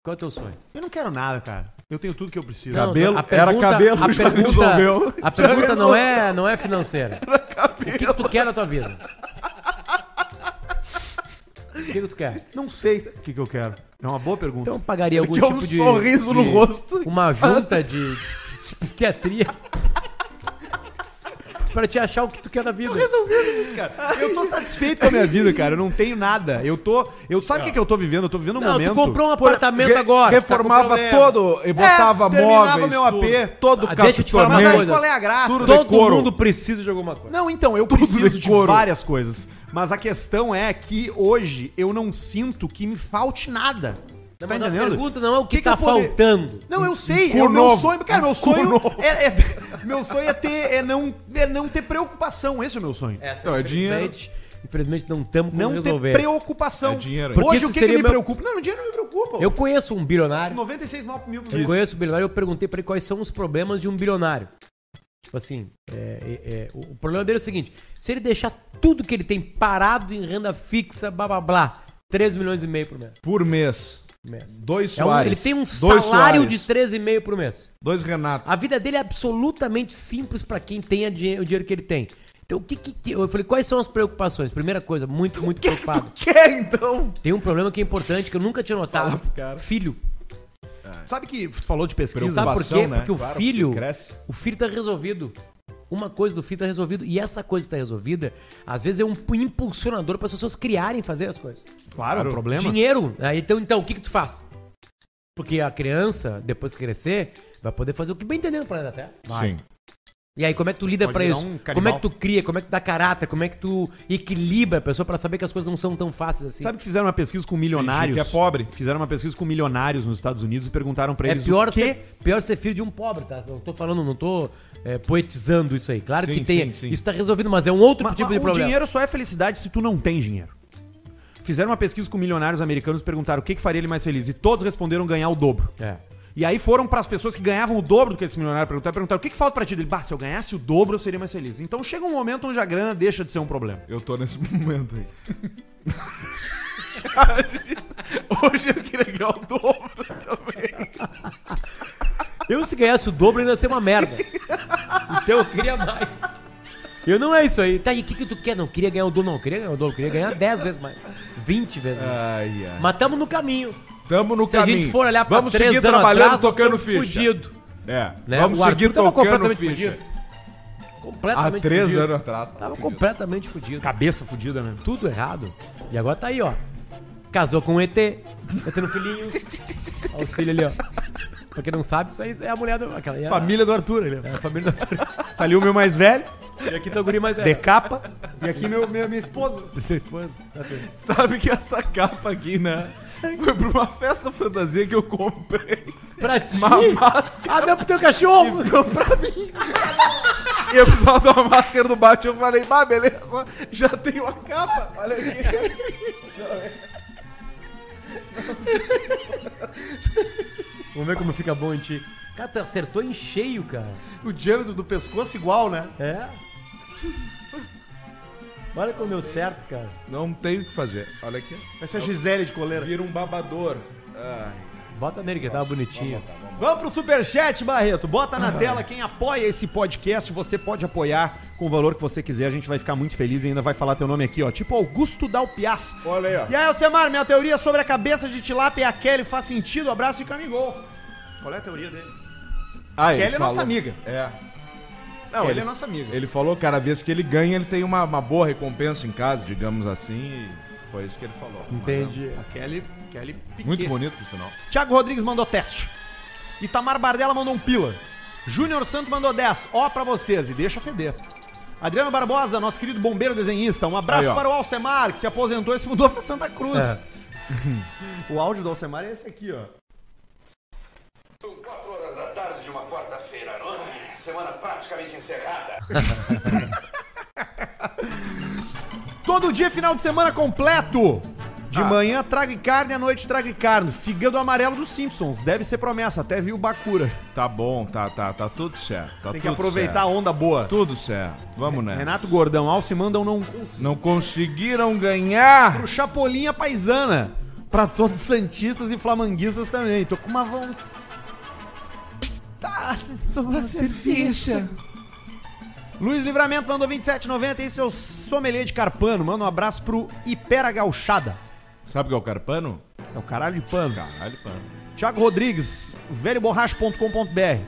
Speaker 3: Qual é o teu sonho?
Speaker 5: Eu não quero nada, cara. Eu tenho tudo que eu preciso.
Speaker 3: Não,
Speaker 2: Cabelo,
Speaker 3: a
Speaker 2: era cabelo,
Speaker 3: a
Speaker 2: já
Speaker 3: pergunta,
Speaker 2: resolveu.
Speaker 3: A pergunta não é, não
Speaker 2: <laughs>
Speaker 3: é financeira. O que, que tu quer na tua vida? O que, que tu quer?
Speaker 5: Não sei o que, que eu quero. É uma boa pergunta.
Speaker 3: Então pagaria algum
Speaker 2: Que é um
Speaker 3: tipo de
Speaker 2: sorriso no
Speaker 3: de-
Speaker 2: rosto.
Speaker 3: Uma junta de, de psiquiatria. pra te achar o que tu quer na vida.
Speaker 5: resolvendo isso,
Speaker 3: Então-
Speaker 5: cara. Eu tô satisfeito com a minha vida, cara. Eu não tenho nada. Eu tô. Eu, sabe o que, que eu tô vivendo? Eu tô vivendo um
Speaker 3: Não,
Speaker 5: momento.
Speaker 3: tu comprou um apartamento
Speaker 2: Re-
Speaker 3: agora.
Speaker 2: Reformava
Speaker 3: tá com problema.
Speaker 2: todo e botava
Speaker 5: É, terminava
Speaker 2: móveis.
Speaker 5: meu AP,
Speaker 2: tudo, todo
Speaker 3: Ah, deixa eu te falar uma
Speaker 5: Mas aí
Speaker 3: coisa.
Speaker 5: qual é a graça?
Speaker 2: Tudo
Speaker 3: Todo
Speaker 2: de couro.
Speaker 3: mundo precisa de alguma coisa.
Speaker 5: Não, então, eu preciso de várias coisas. Mas a questão é que hoje eu não sinto que me falte nada. tá
Speaker 3: mas a
Speaker 5: entendendo?
Speaker 3: pergunta não é o que
Speaker 5: eu
Speaker 3: tá faltando.
Speaker 5: Não, eu sei.
Speaker 2: Um cu
Speaker 5: É o meu
Speaker 2: novo.
Speaker 5: sonho. Cara, meu sonho.
Speaker 2: novo.
Speaker 5: É, é- <laughs> meu sonho é ter. É não, é não ter preocupação. Esse é o meu sonho.
Speaker 2: Então, é dinheiro.
Speaker 3: Infelizmente, infelizmente não estamos como
Speaker 5: não
Speaker 3: resolver.
Speaker 5: ter preocupação.
Speaker 2: É dinheiro, hein?
Speaker 3: Porque
Speaker 5: Hoje
Speaker 3: isso
Speaker 5: o que, que
Speaker 3: seria
Speaker 5: me
Speaker 3: meu-
Speaker 5: preocupa? Não, o dinheiro não me preocupa.
Speaker 3: Eu conheço um bilionário.
Speaker 5: 96 mil
Speaker 3: Eu conheço o bilionário, eu perguntei pra ele quais são os problemas de um bilionário. Tipo assim, é, é, é, o o problema dele é o seguinte: se ele deixar tudo que ele tem parado em renda fixa, blá blá blá, 3 milhões e meio por mês.
Speaker 2: Por mês.
Speaker 3: mês.
Speaker 2: Dois
Speaker 3: É um-
Speaker 2: Soares.
Speaker 3: ele tem um
Speaker 2: Dois
Speaker 3: salário
Speaker 2: Soares.
Speaker 3: de 13,5 por mês.
Speaker 2: Dois Renato.
Speaker 3: A vida dele é absolutamente simples pra quem tem a dinhe- o dinheiro que ele tem. Então, o que, que- que- Eu falei, quais são as preocupações? Primeira coisa,
Speaker 2: <laughs>
Speaker 3: muito, muito
Speaker 5: <laughs>
Speaker 3: preocupado.
Speaker 5: quer, então?
Speaker 3: Tem um problema que é importante, que eu nunca tinha notado. Filho.
Speaker 5: Sabe que tu falou de pesquisa?
Speaker 3: Ah, Sabe por
Speaker 2: Preocupação,
Speaker 3: quê?
Speaker 2: né?
Speaker 3: Porque
Speaker 2: Claro,
Speaker 3: o filho.
Speaker 2: porque cresce.
Speaker 3: O filho tá resolvido. Uma coisa do filho tá resolvido. E essa coisa que tá resolvida, às vezes é um impulsionador para as pessoas criarem fazer as coisas.
Speaker 5: Claro, é um problema.
Speaker 3: Dinheiro. né? Então, então, o que, que tu faz? Porque a criança, depois que crescer, vai poder fazer o que bem entendendo no planeta Terra.
Speaker 2: Sim.
Speaker 3: E aí, como é que tu lida
Speaker 5: Pode
Speaker 3: pra
Speaker 5: virar
Speaker 3: isso?
Speaker 5: um
Speaker 3: como é
Speaker 5: canibal.
Speaker 3: que tu cria? Como é que tu dá caráter? Como é que tu equilibra a pessoa pra saber que as coisas não são tão fáceis assim?
Speaker 5: Sabe que fizeram uma pesquisa com milionários?
Speaker 2: Fingir que é pobre.
Speaker 5: Fizeram uma pesquisa com milionários nos Estados Unidos e perguntaram pra
Speaker 3: É
Speaker 5: eles
Speaker 3: pior
Speaker 5: o quê?
Speaker 3: ser, pior ser filho de um pobre, tá? Não tô falando, não tô é, poetizando isso aí. Claro
Speaker 2: Sim,
Speaker 3: que tem.
Speaker 2: sim, sim.
Speaker 3: Isso tá resolvido, mas é um outro
Speaker 5: Ma-
Speaker 3: tipo
Speaker 5: ma-
Speaker 3: de
Speaker 5: o
Speaker 3: problema.
Speaker 5: dinheiro só é felicidade se tu não tem dinheiro. Fizeram uma pesquisa com milionários americanos e perguntaram o que, que faria ele mais feliz. E todos responderam ganhar o dobro.
Speaker 3: É.
Speaker 5: E aí foram pras pessoas que ganhavam o dobro do que esse milionário perguntaram. Perguntaram o que, que falta pra ti? Ele, bah, se eu ganhasse o dobro eu seria mais feliz. Então chega um momento onde a grana deixa de ser um problema.
Speaker 2: Eu tô nesse <laughs> momento aí.
Speaker 5: Hoje eu queria ganhar o dobro.
Speaker 3: Eu, se ganhasse o dobro, ainda ia ser uma merda. Então eu queria mais. Eu não é isso aí. Tá, e o que, que tu quer? Não, queria ganhar o dobro, não. Queria ganhar o dobro, queria ganhar 10 vezes mais. 20 vezes mais.
Speaker 2: Ai, ai.
Speaker 3: Mas tamo no caminho.
Speaker 2: Tamo no
Speaker 3: Se
Speaker 2: caminho.
Speaker 3: a gente for olhar pra
Speaker 2: Vamos
Speaker 3: três
Speaker 2: seguir
Speaker 3: anos
Speaker 2: trabalhando,
Speaker 3: atrás, nós
Speaker 2: tocando
Speaker 3: tamo
Speaker 2: ficha.
Speaker 3: fudido,
Speaker 2: É.
Speaker 3: né?
Speaker 2: Vamos
Speaker 3: O
Speaker 2: seguir
Speaker 3: Arthur tava
Speaker 2: tocando
Speaker 3: completamente
Speaker 2: ficha.
Speaker 3: fudido.
Speaker 2: Há
Speaker 3: Completamente
Speaker 2: três
Speaker 3: fudido.
Speaker 2: anos atrás. tá
Speaker 3: Tava completamente fudido.
Speaker 5: Cabeça fudida, né?
Speaker 3: tudo errado. E agora tá aí, ó. Casou com um ET, tá tendo filhinhos. Olha os filhos ali, ó. Pra quem não sabe, isso aí é a mulher do. Aquela, é a-
Speaker 5: Família do Arthur, ele. <laughs>
Speaker 3: É a família do.
Speaker 5: Tá ali o meu mais velho,
Speaker 3: E aqui tá o guri mais
Speaker 5: de
Speaker 3: velho.
Speaker 5: capa.
Speaker 1: E aqui meu, minha, minha esposa.
Speaker 2: Sabe que essa capa aqui, né? Foi pra uma festa fantasia que eu comprei.
Speaker 3: <laughs> Pra ti?
Speaker 2: Uma máscara.
Speaker 3: Ah, não, pro teu cachorro!
Speaker 2: Ficou pra mim. E eu precisava de uma máscara do Batman. Eu falei, bah, beleza, já tenho a capa. Olha aqui.
Speaker 3: Vamos ver como fica bom em ti. Cara, tu acertou em cheio, cara.
Speaker 1: O Diego do, do pescoço igual, né?
Speaker 3: É? Olha como deu certo, cara.
Speaker 2: Não tem o que fazer. Olha aqui.
Speaker 1: Vai ser a Gisele de coleira.
Speaker 2: Vira um babador. Ai.
Speaker 3: Bota nele que tava bonitinho.
Speaker 1: Vamos pro superchat, Barreto. Bota na tela quem apoia esse podcast. Você pode apoiar com o valor que você quiser. A gente vai ficar muito feliz e ainda vai falar teu nome aqui, ó. Tipo Augusto Dalpiaz.
Speaker 2: Olha aí, ó.
Speaker 1: E aí, Alcemar, minha teoria sobre a cabeça de tilápia e a Kelly faz sentido? Abraço e camingol. Qual é a teoria dele?
Speaker 2: Ah, ele
Speaker 1: Kelly é nossa
Speaker 2: falou-
Speaker 1: amiga.
Speaker 2: É. Não,
Speaker 1: Kelly
Speaker 2: ele,
Speaker 1: é nossa amiga.
Speaker 2: ele falou, cara, a vez que ele ganha, ele tem uma, uma boa recompensa em casa, digamos assim. E foi isso que ele falou. é
Speaker 3: Entende?
Speaker 1: A Kelly, Kelly Piquet.
Speaker 2: Muito bonito, por sinal.
Speaker 1: Thiago Rodrigues mandou teste. Itamar Bardella mandou um pila. Júnior Santo mandou 10. Ó pra vocês e deixa feder. Adriano Barbosa, nosso querido bombeiro desenhista. Um abraço
Speaker 2: Aí, ó. É.
Speaker 1: para o Alcemar, que se aposentou e se mudou pra Santa Cruz. <laughs> o áudio do Alcemar é esse aqui, ó.
Speaker 12: São quatro horas da tarde de uma quarta-feira, à noite, semana praticamente encerrada.
Speaker 1: <laughs> Todo dia é final de semana completo.
Speaker 2: Ah.
Speaker 1: De manhã, trague carne, à noite, trague carne. Fígado amarelo dos Simpsons. Deve ser promessa, até viu o Bakura.
Speaker 2: Tá bom, tá, tá, tá tudo certo. tá
Speaker 1: Tem que
Speaker 2: tudo
Speaker 1: aproveitar a
Speaker 2: certo.
Speaker 1: onda boa.
Speaker 2: Tudo certo. Vamos né?
Speaker 1: Renato Gordão, Alce mandam não
Speaker 2: Não conseguiram ganhar.
Speaker 1: pro Chapolinha Paisana. Pra todos os santistas e flamanguistas também. Tô com uma vontade. Tá, tô uma cerveja. Luiz Livramento mandou 27,90. Esse é o sommelier de Carpano. Manda um abraço pro Ipera Gauchada.
Speaker 2: Sabe o que é o carpano?
Speaker 1: É o caralho de pano.
Speaker 2: Caralho, pano.
Speaker 1: Thiago Rodrigues, velhoborracho.com.br.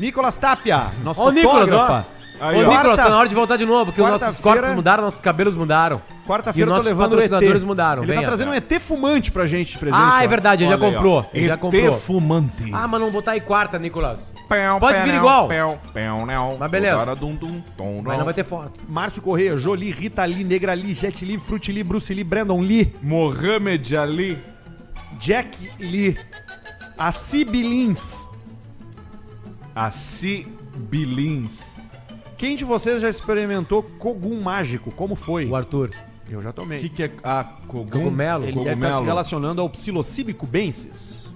Speaker 1: Nicolas Tapia, nosso
Speaker 3: Ó o Nicolas,
Speaker 1: fotógrafo.
Speaker 2: Aí,
Speaker 3: Ô,
Speaker 2: ó.
Speaker 3: Nicolas,
Speaker 1: Quarta-
Speaker 3: tá na hora de voltar de novo, porque
Speaker 1: quarta-feira-
Speaker 3: nossos corpos mudaram, nossos cabelos mudaram.
Speaker 1: Quarta-feira
Speaker 3: E
Speaker 1: eu tô
Speaker 3: nossos
Speaker 1: levando o
Speaker 3: patrocinadores
Speaker 1: ET.
Speaker 3: mudaram,
Speaker 1: Ele tá
Speaker 3: venha.
Speaker 1: trazendo um ET fumante pra gente de presente.
Speaker 3: Ah, é
Speaker 1: ó.
Speaker 3: verdade, ele já
Speaker 2: Olha aí, ó.
Speaker 3: comprou. Ele já
Speaker 2: ET
Speaker 3: comprou.
Speaker 2: fumante.
Speaker 3: Ah, mas não botar aí quarta, Nicolas.
Speaker 2: Pão,
Speaker 3: Pode vir
Speaker 2: pão,
Speaker 3: igual.
Speaker 2: pão, pão, não.
Speaker 3: Mas beleza.
Speaker 2: Botara dum, dum, tom,
Speaker 3: Mas
Speaker 2: não.
Speaker 3: não vai ter foto.
Speaker 1: Márcio Correia, Jolie, Rita Lee, Negra Lee, Jet Lee, Fruit Lee, Bruce Lee, Brandon Lee,
Speaker 2: Mohamed Ali.
Speaker 1: Jack Lee, a Cibi Lins.
Speaker 2: Assi Bilins.
Speaker 1: Quem de vocês já experimentou cogum mágico? Como foi?
Speaker 3: O Arthur.
Speaker 1: Eu já tomei.
Speaker 2: O que, que é. Ah, cogum?
Speaker 3: Cogumelo.
Speaker 1: Ele deve estar tá se relacionando ao Psilocybe cubensis.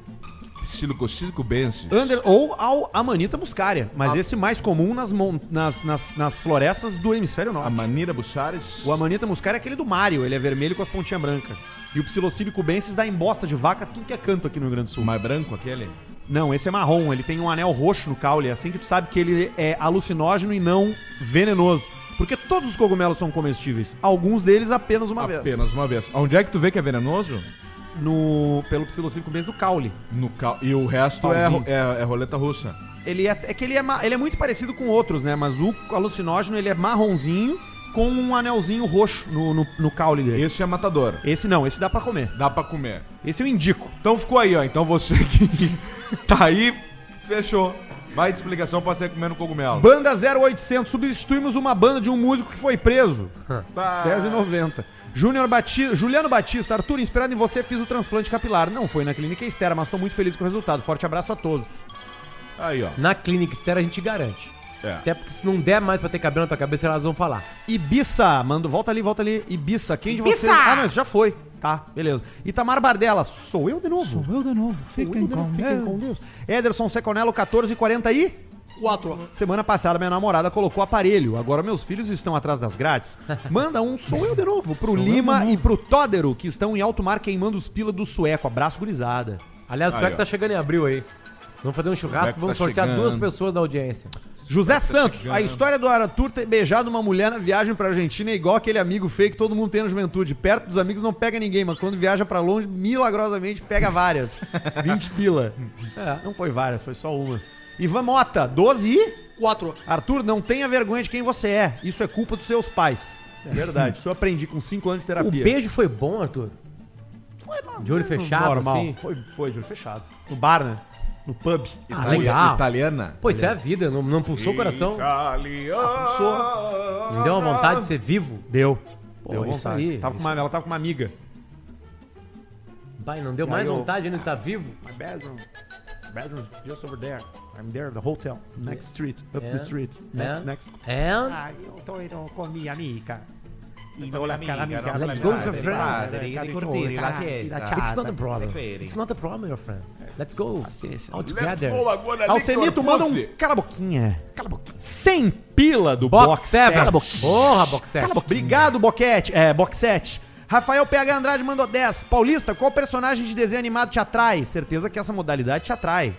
Speaker 2: Psilocílico Benz.
Speaker 1: Under, ou ao Amanita muscaria, mas esse mais comum nas, mon- nas, nas, nas florestas do hemisfério
Speaker 2: A
Speaker 1: norte.
Speaker 2: Manira Buchares.
Speaker 1: O Amanita muscaria é aquele do Mario, ele é vermelho com as pontinhas brancas. E o Psilocybe cubensis dá em bosta de vaca tudo que é canto aqui no Rio Grande do Sul.
Speaker 2: O mais branco aquele?
Speaker 1: Não, esse é marrom, ele tem um anel roxo no caule, assim que tu sabe que ele é alucinógeno e não venenoso. Porque todos os cogumelos são comestíveis, alguns deles apenas uma vez.
Speaker 2: Apenas uma vez. Onde é que tu vê que é venenoso?
Speaker 1: No, pelo psilocíbico mesmo do caule.
Speaker 2: No cal... E o resto é,
Speaker 1: Pauzinho.
Speaker 2: é- é roleta russa.
Speaker 1: Ele é, é que ele é, ma- ele é muito parecido com outros, né? Mas o alucinógeno, ele é marronzinho com um anelzinho roxo no, no, no caule dele.
Speaker 2: Esse é matador.
Speaker 1: Esse não, esse dá pra comer.
Speaker 2: Dá pra comer.
Speaker 1: Esse eu indico.
Speaker 2: Então ficou aí, ó. Então você que <laughs> tá aí, fechou. Vai de explicação pra você comendo cogumelo.
Speaker 1: Banda 0800, substituímos uma banda de um músico que foi preso.
Speaker 2: Bah.
Speaker 1: 10,90. Júnior Batista, Juliano Batista, Arthur, inspirado em você, fiz o transplante capilar. Não foi na clínica Estera, mas tô muito feliz com o resultado. Forte abraço a todos.
Speaker 2: Aí, ó.
Speaker 3: Na clínica estera a gente garante.
Speaker 2: É.
Speaker 3: Até porque se não der mais pra ter cabelo na tua cabeça, elas vão falar.
Speaker 1: Ibiça, mando, volta ali, volta ali. Ibiça, quem de vocês? Ah, não, isso já foi. Tá, beleza. Itamar Bardella, sou eu de novo? Sou eu de novo. Fiquem, com, Deus. Ederson Seconello, 14h40 e...
Speaker 13: Quatro.
Speaker 1: Semana passada, minha namorada colocou aparelho. Agora meus filhos estão atrás das grades. Manda um sou eu de novo pro Lima e pro Tódero, que estão em alto mar queimando os pila do sueco. Abraço, gurizada.
Speaker 3: Aliás, o
Speaker 2: Aí,
Speaker 3: Sueco
Speaker 2: ó.
Speaker 3: tá chegando em abril aí. Vamos fazer um churrasco,
Speaker 2: Sueco
Speaker 3: vamos
Speaker 2: tá
Speaker 3: sortear
Speaker 2: chegando.
Speaker 3: duas pessoas da audiência.
Speaker 1: José Santos, a história do Arthur ter beijado uma mulher na viagem pra Argentina é igual aquele amigo fake que todo mundo tem na juventude. Perto dos amigos não pega ninguém, mas quando viaja pra longe, milagrosamente pega várias. 20 pila. É, não foi várias, foi só uma. Ivan Mota, 12 e...
Speaker 13: Quatro.
Speaker 1: Arthur, não tenha vergonha de quem você é. Isso é culpa dos seus pais. É verdade. Isso eu aprendi com 5 anos de
Speaker 3: O
Speaker 1: terapia.
Speaker 3: beijo foi bom, Arthur?
Speaker 1: foi normal.
Speaker 3: de olho fechado,
Speaker 1: normal.
Speaker 3: assim?
Speaker 1: Foi, foi de olho fechado. No bar, né? no pub.
Speaker 3: Ah, legal.
Speaker 2: Italiana.
Speaker 3: Pô, isso é a vida, não, não pulsou o coração?
Speaker 2: Italiana.
Speaker 3: Me deu uma vontade de ser vivo.
Speaker 1: Deu.
Speaker 3: Pô,
Speaker 1: Deu
Speaker 3: isso
Speaker 1: vontade.
Speaker 3: aí.
Speaker 1: Tava com uma- ela tava com uma amiga.
Speaker 3: Pai, não deu mais vontade ainda de estar vivo?
Speaker 1: My bedroom. Bedroom just over there. I'm there, the hotel. Next street. Up
Speaker 3: É.
Speaker 1: the street. Next,
Speaker 3: É.
Speaker 1: next.
Speaker 3: And
Speaker 1: Ah, eu tô indo com minha amiga. E vou lá com a amiga.
Speaker 3: Let's go for friend. é. It's not a problem. It's not a problem, your friend. Let's go.
Speaker 1: Paciência.
Speaker 3: All together.
Speaker 1: É Alcenito manda um cala a boquinha. Cala a boquinha. Sem pila do Box,
Speaker 3: Box seven.
Speaker 1: Cala a
Speaker 3: Porra, box seven.
Speaker 1: Cala a boquinha. Obrigado, Boquete. É, Boxete. Rafael PH Andrade mandou 10. Paulista, qual personagem de desenho animado te atrai? Certeza que essa modalidade te atrai.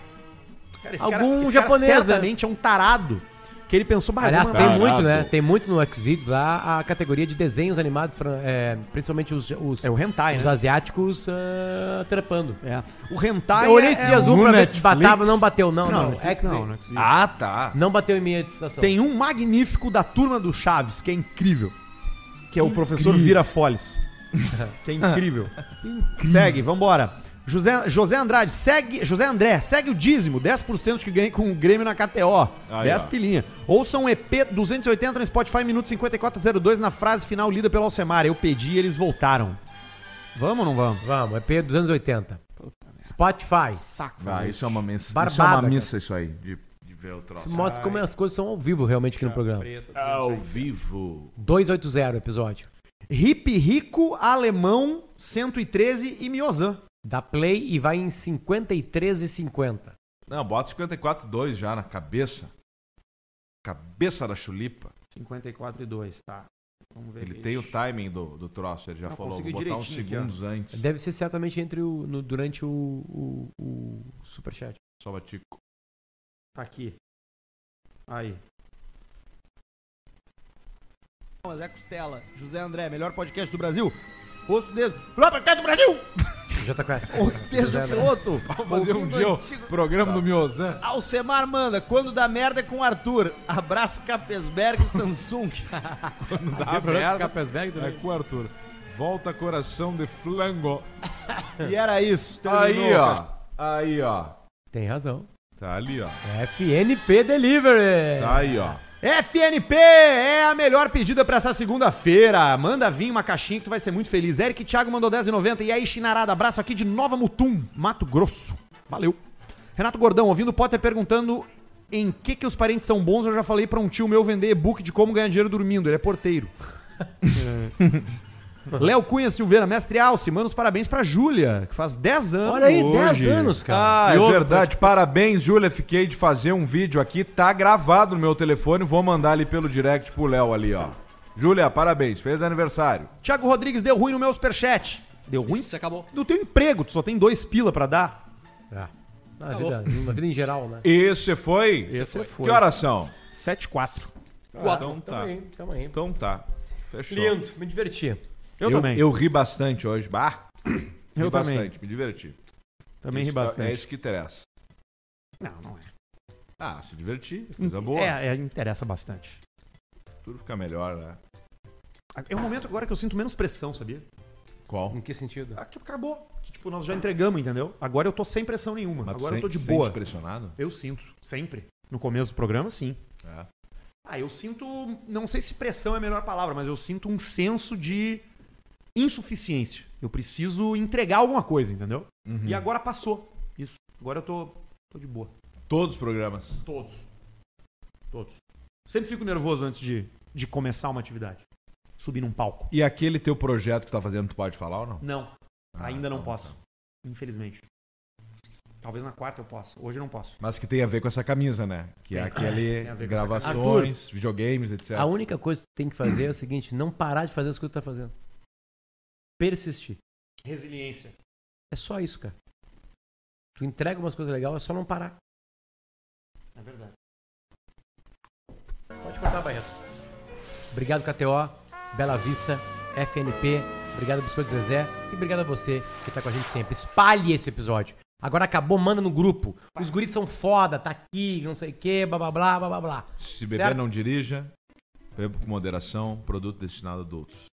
Speaker 1: Cara, esse
Speaker 3: Algum japonês, né?
Speaker 1: certamente é um tarado. Que ele pensou, "Bah,
Speaker 3: Aliás,
Speaker 1: vou
Speaker 3: tem
Speaker 1: mandar-
Speaker 3: muito, né? Tem muito no Xvideos lá a categoria de desenhos animados, fran- é, principalmente os, os,
Speaker 1: É o hentai,
Speaker 3: os
Speaker 1: né?
Speaker 3: asiáticos ah, trepando.
Speaker 1: É. O hentai
Speaker 3: Eu olhei
Speaker 1: é-
Speaker 3: esse
Speaker 1: é
Speaker 3: de
Speaker 1: um-
Speaker 3: azul
Speaker 2: no
Speaker 3: pra ver se
Speaker 2: Netflix?
Speaker 3: batava, não bateu, não.
Speaker 1: Não,
Speaker 3: Não,
Speaker 1: no Netflix
Speaker 3: X-Men.
Speaker 1: não,
Speaker 3: não,
Speaker 1: no Netflix.
Speaker 2: Ah, tá.
Speaker 3: bateu em minha excitação.
Speaker 1: Tem um magnífico da turma do Chaves, que é incrível. Que é o professor Vira Foles. Que é incrível. Segue, vambora. José, José Andrade, segue. José André, segue o dízimo. 10% que ganha com o Grêmio na KTO.
Speaker 2: Aí,
Speaker 1: 10
Speaker 2: ó.
Speaker 1: pilinha. Ouça um EP 280 no Spotify, minuto 5402, na frase final lida pelo Alcemar. Eu pedi e eles voltaram. Vamos ou não vamos?
Speaker 3: Vamos, é EP 280. Spotify.
Speaker 1: Saco.
Speaker 2: Ah, isso é uma missa. isso é
Speaker 3: Barbada,
Speaker 2: uma
Speaker 3: cara.
Speaker 2: missa, isso aí. De, de ver o troço.
Speaker 3: Isso mostra como as coisas são ao vivo realmente
Speaker 1: Tá
Speaker 3: aqui no programa.
Speaker 2: Ao vivo.
Speaker 3: 280 o episódio.
Speaker 1: Hip Rico, Alemão, 113 e Miozan.
Speaker 3: Dá play e vai em 53,50.
Speaker 2: Não, bota 54,2 já na cabeça. Cabeça da chulipa.
Speaker 1: 54 e 2, tá. Vamos ver
Speaker 2: Ele tem o timing do, do troço, ele já
Speaker 1: Não,
Speaker 2: falou. Vou
Speaker 1: consegui
Speaker 2: botar uns
Speaker 1: direitinho aqui, ó.
Speaker 2: segundos antes.
Speaker 3: Deve ser certamente entre o, no- durante o, o, o superchat.
Speaker 2: Só batico.
Speaker 1: Tá aqui. Aí. Zé Costela, José André, melhor podcast do Brasil. Osso dedo. Melhor podcast do Brasil!
Speaker 3: JQuest. <laughs>
Speaker 1: Osso dedo
Speaker 2: <laughs>
Speaker 1: piloto.
Speaker 2: Fazer um dia o programa do Miozan.
Speaker 1: Alcemar manda, quando dá merda é com o Arthur. Abraço Capesberg e Samsung. <laughs>
Speaker 2: Dá merda. É
Speaker 1: né?
Speaker 2: com o Arthur. Volta coração de flango.
Speaker 1: e era isso.
Speaker 2: Aí, ó. Aí, ó.
Speaker 3: Tem razão.
Speaker 2: Tá ali, ó.
Speaker 3: FNP Delivery.
Speaker 2: Tá aí, ó.
Speaker 1: FNP é a melhor pedida pra essa segunda-feira. Manda vir uma caixinha que tu vai ser muito feliz. Eric Thiago mandou 10,90. E aí, Chinarada, abraço aqui de Nova Mutum, Mato Grosso. Valeu. Renato Gordão, ouvindo o Potter perguntando em que que os parentes são bons, eu já falei pra um tio meu vender e-book de como ganhar dinheiro dormindo. Ele
Speaker 7: <laughs>
Speaker 1: é porteiro. Léo Cunha Silveira, mestre Alce, manda os parabéns pra Júlia, que faz 10 anos.
Speaker 3: Olha aí, 10
Speaker 1: hoje.
Speaker 3: anos, cara.
Speaker 2: Ah,
Speaker 3: E
Speaker 2: é
Speaker 3: outra-
Speaker 2: verdade. Parabéns, Júlia. Fiquei de fazer um vídeo aqui. Tá gravado no meu telefone. Vou mandar ali pelo direct pro Léo ali, ó. Júlia, parabéns. Fez aniversário.
Speaker 1: Thiago Rodrigues deu ruim no meu superchat. Deu ruim?
Speaker 7: Isso, acabou.
Speaker 1: Do teu emprego, tu só tem dois pila pra dar.
Speaker 3: Ah, na vida,
Speaker 1: tá
Speaker 3: na vida em geral, né?
Speaker 2: Esse foi?
Speaker 1: Esse foi.
Speaker 2: Que horas são?
Speaker 1: 7 4.
Speaker 2: então tá.
Speaker 3: Calma aí, calma aí.
Speaker 2: Então tá. Fechou.
Speaker 3: Lindo, me diverti.
Speaker 1: Eu, também.
Speaker 2: Eu ri bastante hoje. Bah.
Speaker 1: Eu
Speaker 2: ri
Speaker 1: também.
Speaker 2: bastante. Me diverti.
Speaker 1: também ri
Speaker 2: Isso é- É
Speaker 1: bastante.
Speaker 2: isso que interessa.
Speaker 1: Não, não é.
Speaker 2: Ah, se divertir. Coisa boa.
Speaker 1: É, é, interessa bastante.
Speaker 2: Tudo fica melhor, né?
Speaker 1: É um momento agora que eu sinto menos pressão, sabia?
Speaker 2: Qual?
Speaker 3: Em que sentido?
Speaker 1: Ah, que acabou. Que, tipo, nós já entregamos, entendeu? Agora eu tô sem pressão nenhuma.
Speaker 2: Mas tu
Speaker 1: agora eu tô de
Speaker 2: sente-
Speaker 1: boa.
Speaker 2: sente pressionado?
Speaker 1: Eu sinto, sempre. No começo do programa, sim.
Speaker 2: É.
Speaker 1: Ah, eu sinto. Não sei se pressão é a melhor palavra, mas eu sinto um senso de insuficiência. Eu preciso entregar alguma coisa, entendeu?
Speaker 2: Uhum.
Speaker 1: E agora passou. Isso. Agora eu tô, tô de boa.
Speaker 2: Todos os programas.
Speaker 1: Todos. Todos. Sempre fico nervoso antes de, de começar uma atividade. Subir num palco.
Speaker 2: E aquele teu projeto que tá fazendo, tu pode falar ou não?
Speaker 1: Não,
Speaker 2: Ah,
Speaker 1: ainda não
Speaker 2: então
Speaker 1: posso.
Speaker 2: tá.
Speaker 1: Infelizmente. Talvez na quarta eu possa. Hoje eu não posso.
Speaker 2: Mas que tem a ver com essa camisa, né? Que é aquele
Speaker 1: Tem a ver com essa
Speaker 2: gravações, videogames, etc.
Speaker 3: A única coisa que tu tem que fazer é o seguinte: não parar de fazer as coisas que tu tá fazendo. Persistir.
Speaker 1: Resiliência.
Speaker 3: É só isso, cara. Tu entrega umas coisas legais, é só não parar.
Speaker 1: É verdade.
Speaker 3: Pode cortar, Barreto. Obrigado, KTO, Bela Vista, FNP, obrigado, Biscoito Zezé, e obrigado a você que tá com a gente sempre. Espalhe esse episódio. Agora acabou, manda no grupo. Os guris são foda, tá aqui, não sei o quê, blá blá blá blá blá blá.
Speaker 2: Se beber,
Speaker 3: Certo?
Speaker 2: não dirija. Beba com moderação. Produto destinado a adultos.